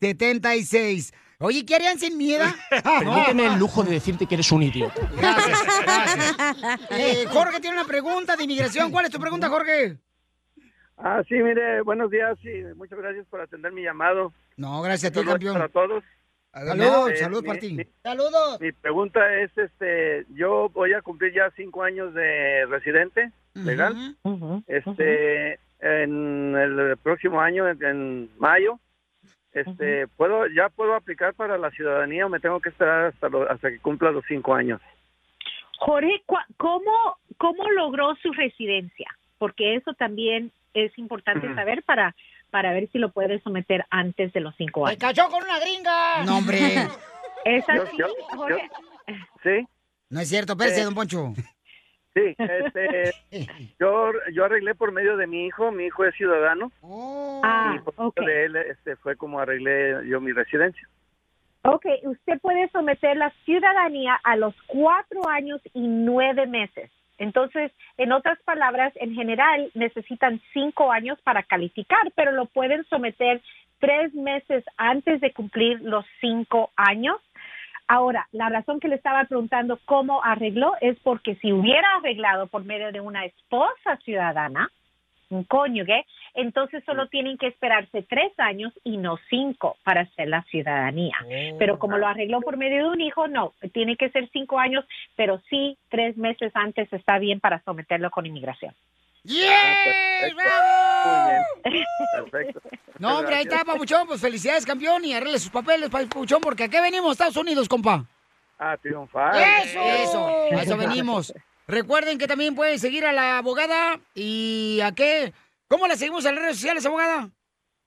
1-800-333-3676. Oye, ¿qué harían sin miedo? Permíteme el lujo de decirte que eres un idiota. Gracias, gracias. Eh, Jorge tiene una pregunta de inmigración. ¿Cuál es tu pregunta, Jorge? Ah, sí, mire, buenos días y muchas gracias por atender mi llamado. No, gracias a ti, Saludos campeón. Para todos. Salud, Eh, salud mi- para ti. mi- Saludos. Mi pregunta es, este, yo voy a cumplir ya cinco años de residente legal. Este, en el próximo año, en, en mayo, este, puedo, ya puedo aplicar para la ciudadanía o me tengo que esperar hasta lo- hasta que cumpla los cinco años. Jorge, cua- ¿cómo, ¿cómo logró su residencia? Porque eso también es importante saber para, para ver si lo puede someter antes de los cinco años. cachó con una gringa! No, hombre. Es así, Jorge. ¿Sí? No es cierto, espérese, don Poncho. Sí, este, yo, yo arreglé por medio de mi hijo, mi hijo es ciudadano. Ah, y por medio ok. de él este, fue como arreglé yo mi residencia. Ok, usted puede someter la ciudadanía a los cuatro años y nueve meses. Entonces, en otras palabras, en general necesitan cinco años para calificar, pero lo pueden someter tres meses antes de cumplir los cinco años. Ahora, la razón que le estaba preguntando cómo arregló es porque si hubiera arreglado por medio de una esposa ciudadana, un cónyuge, entonces solo tienen que esperarse tres años y no cinco para hacer la ciudadanía. Pero como lo arregló por medio de un hijo, no, tiene que ser cinco años, pero sí tres meses antes está bien para someterlo con inmigración. Perfecto. No, hombre, ahí está, Papuchón. Pues felicidades, campeón, y arregle sus papeles, Papuchón, porque aquí venimos, Estados Unidos, compa. Ah, triunfar. Eso, eso, a eso venimos. Recuerden que también pueden seguir a la abogada y a qué. ¿Cómo la seguimos en las redes sociales, abogada?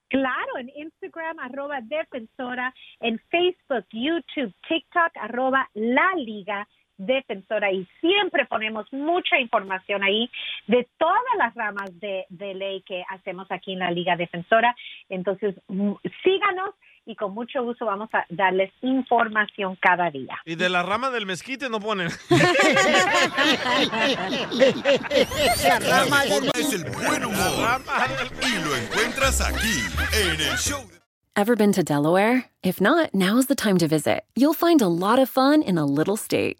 Claro, en Instagram, arroba defensora, en Facebook, YouTube, TikTok, arroba la liga defensora y siempre ponemos mucha información ahí de todas las ramas de, de ley que hacemos aquí en la liga defensora. Entonces, mm, síganos y con mucho gusto vamos a darles información cada día. Y de la rama del mezquite no ponen. La La rama forma del- es el buen humor. Y lo encuentras aquí, en el show. Ever been to Delaware? If not, now's the time to visit. You'll find a lot of fun in a little state.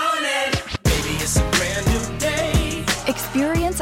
Experience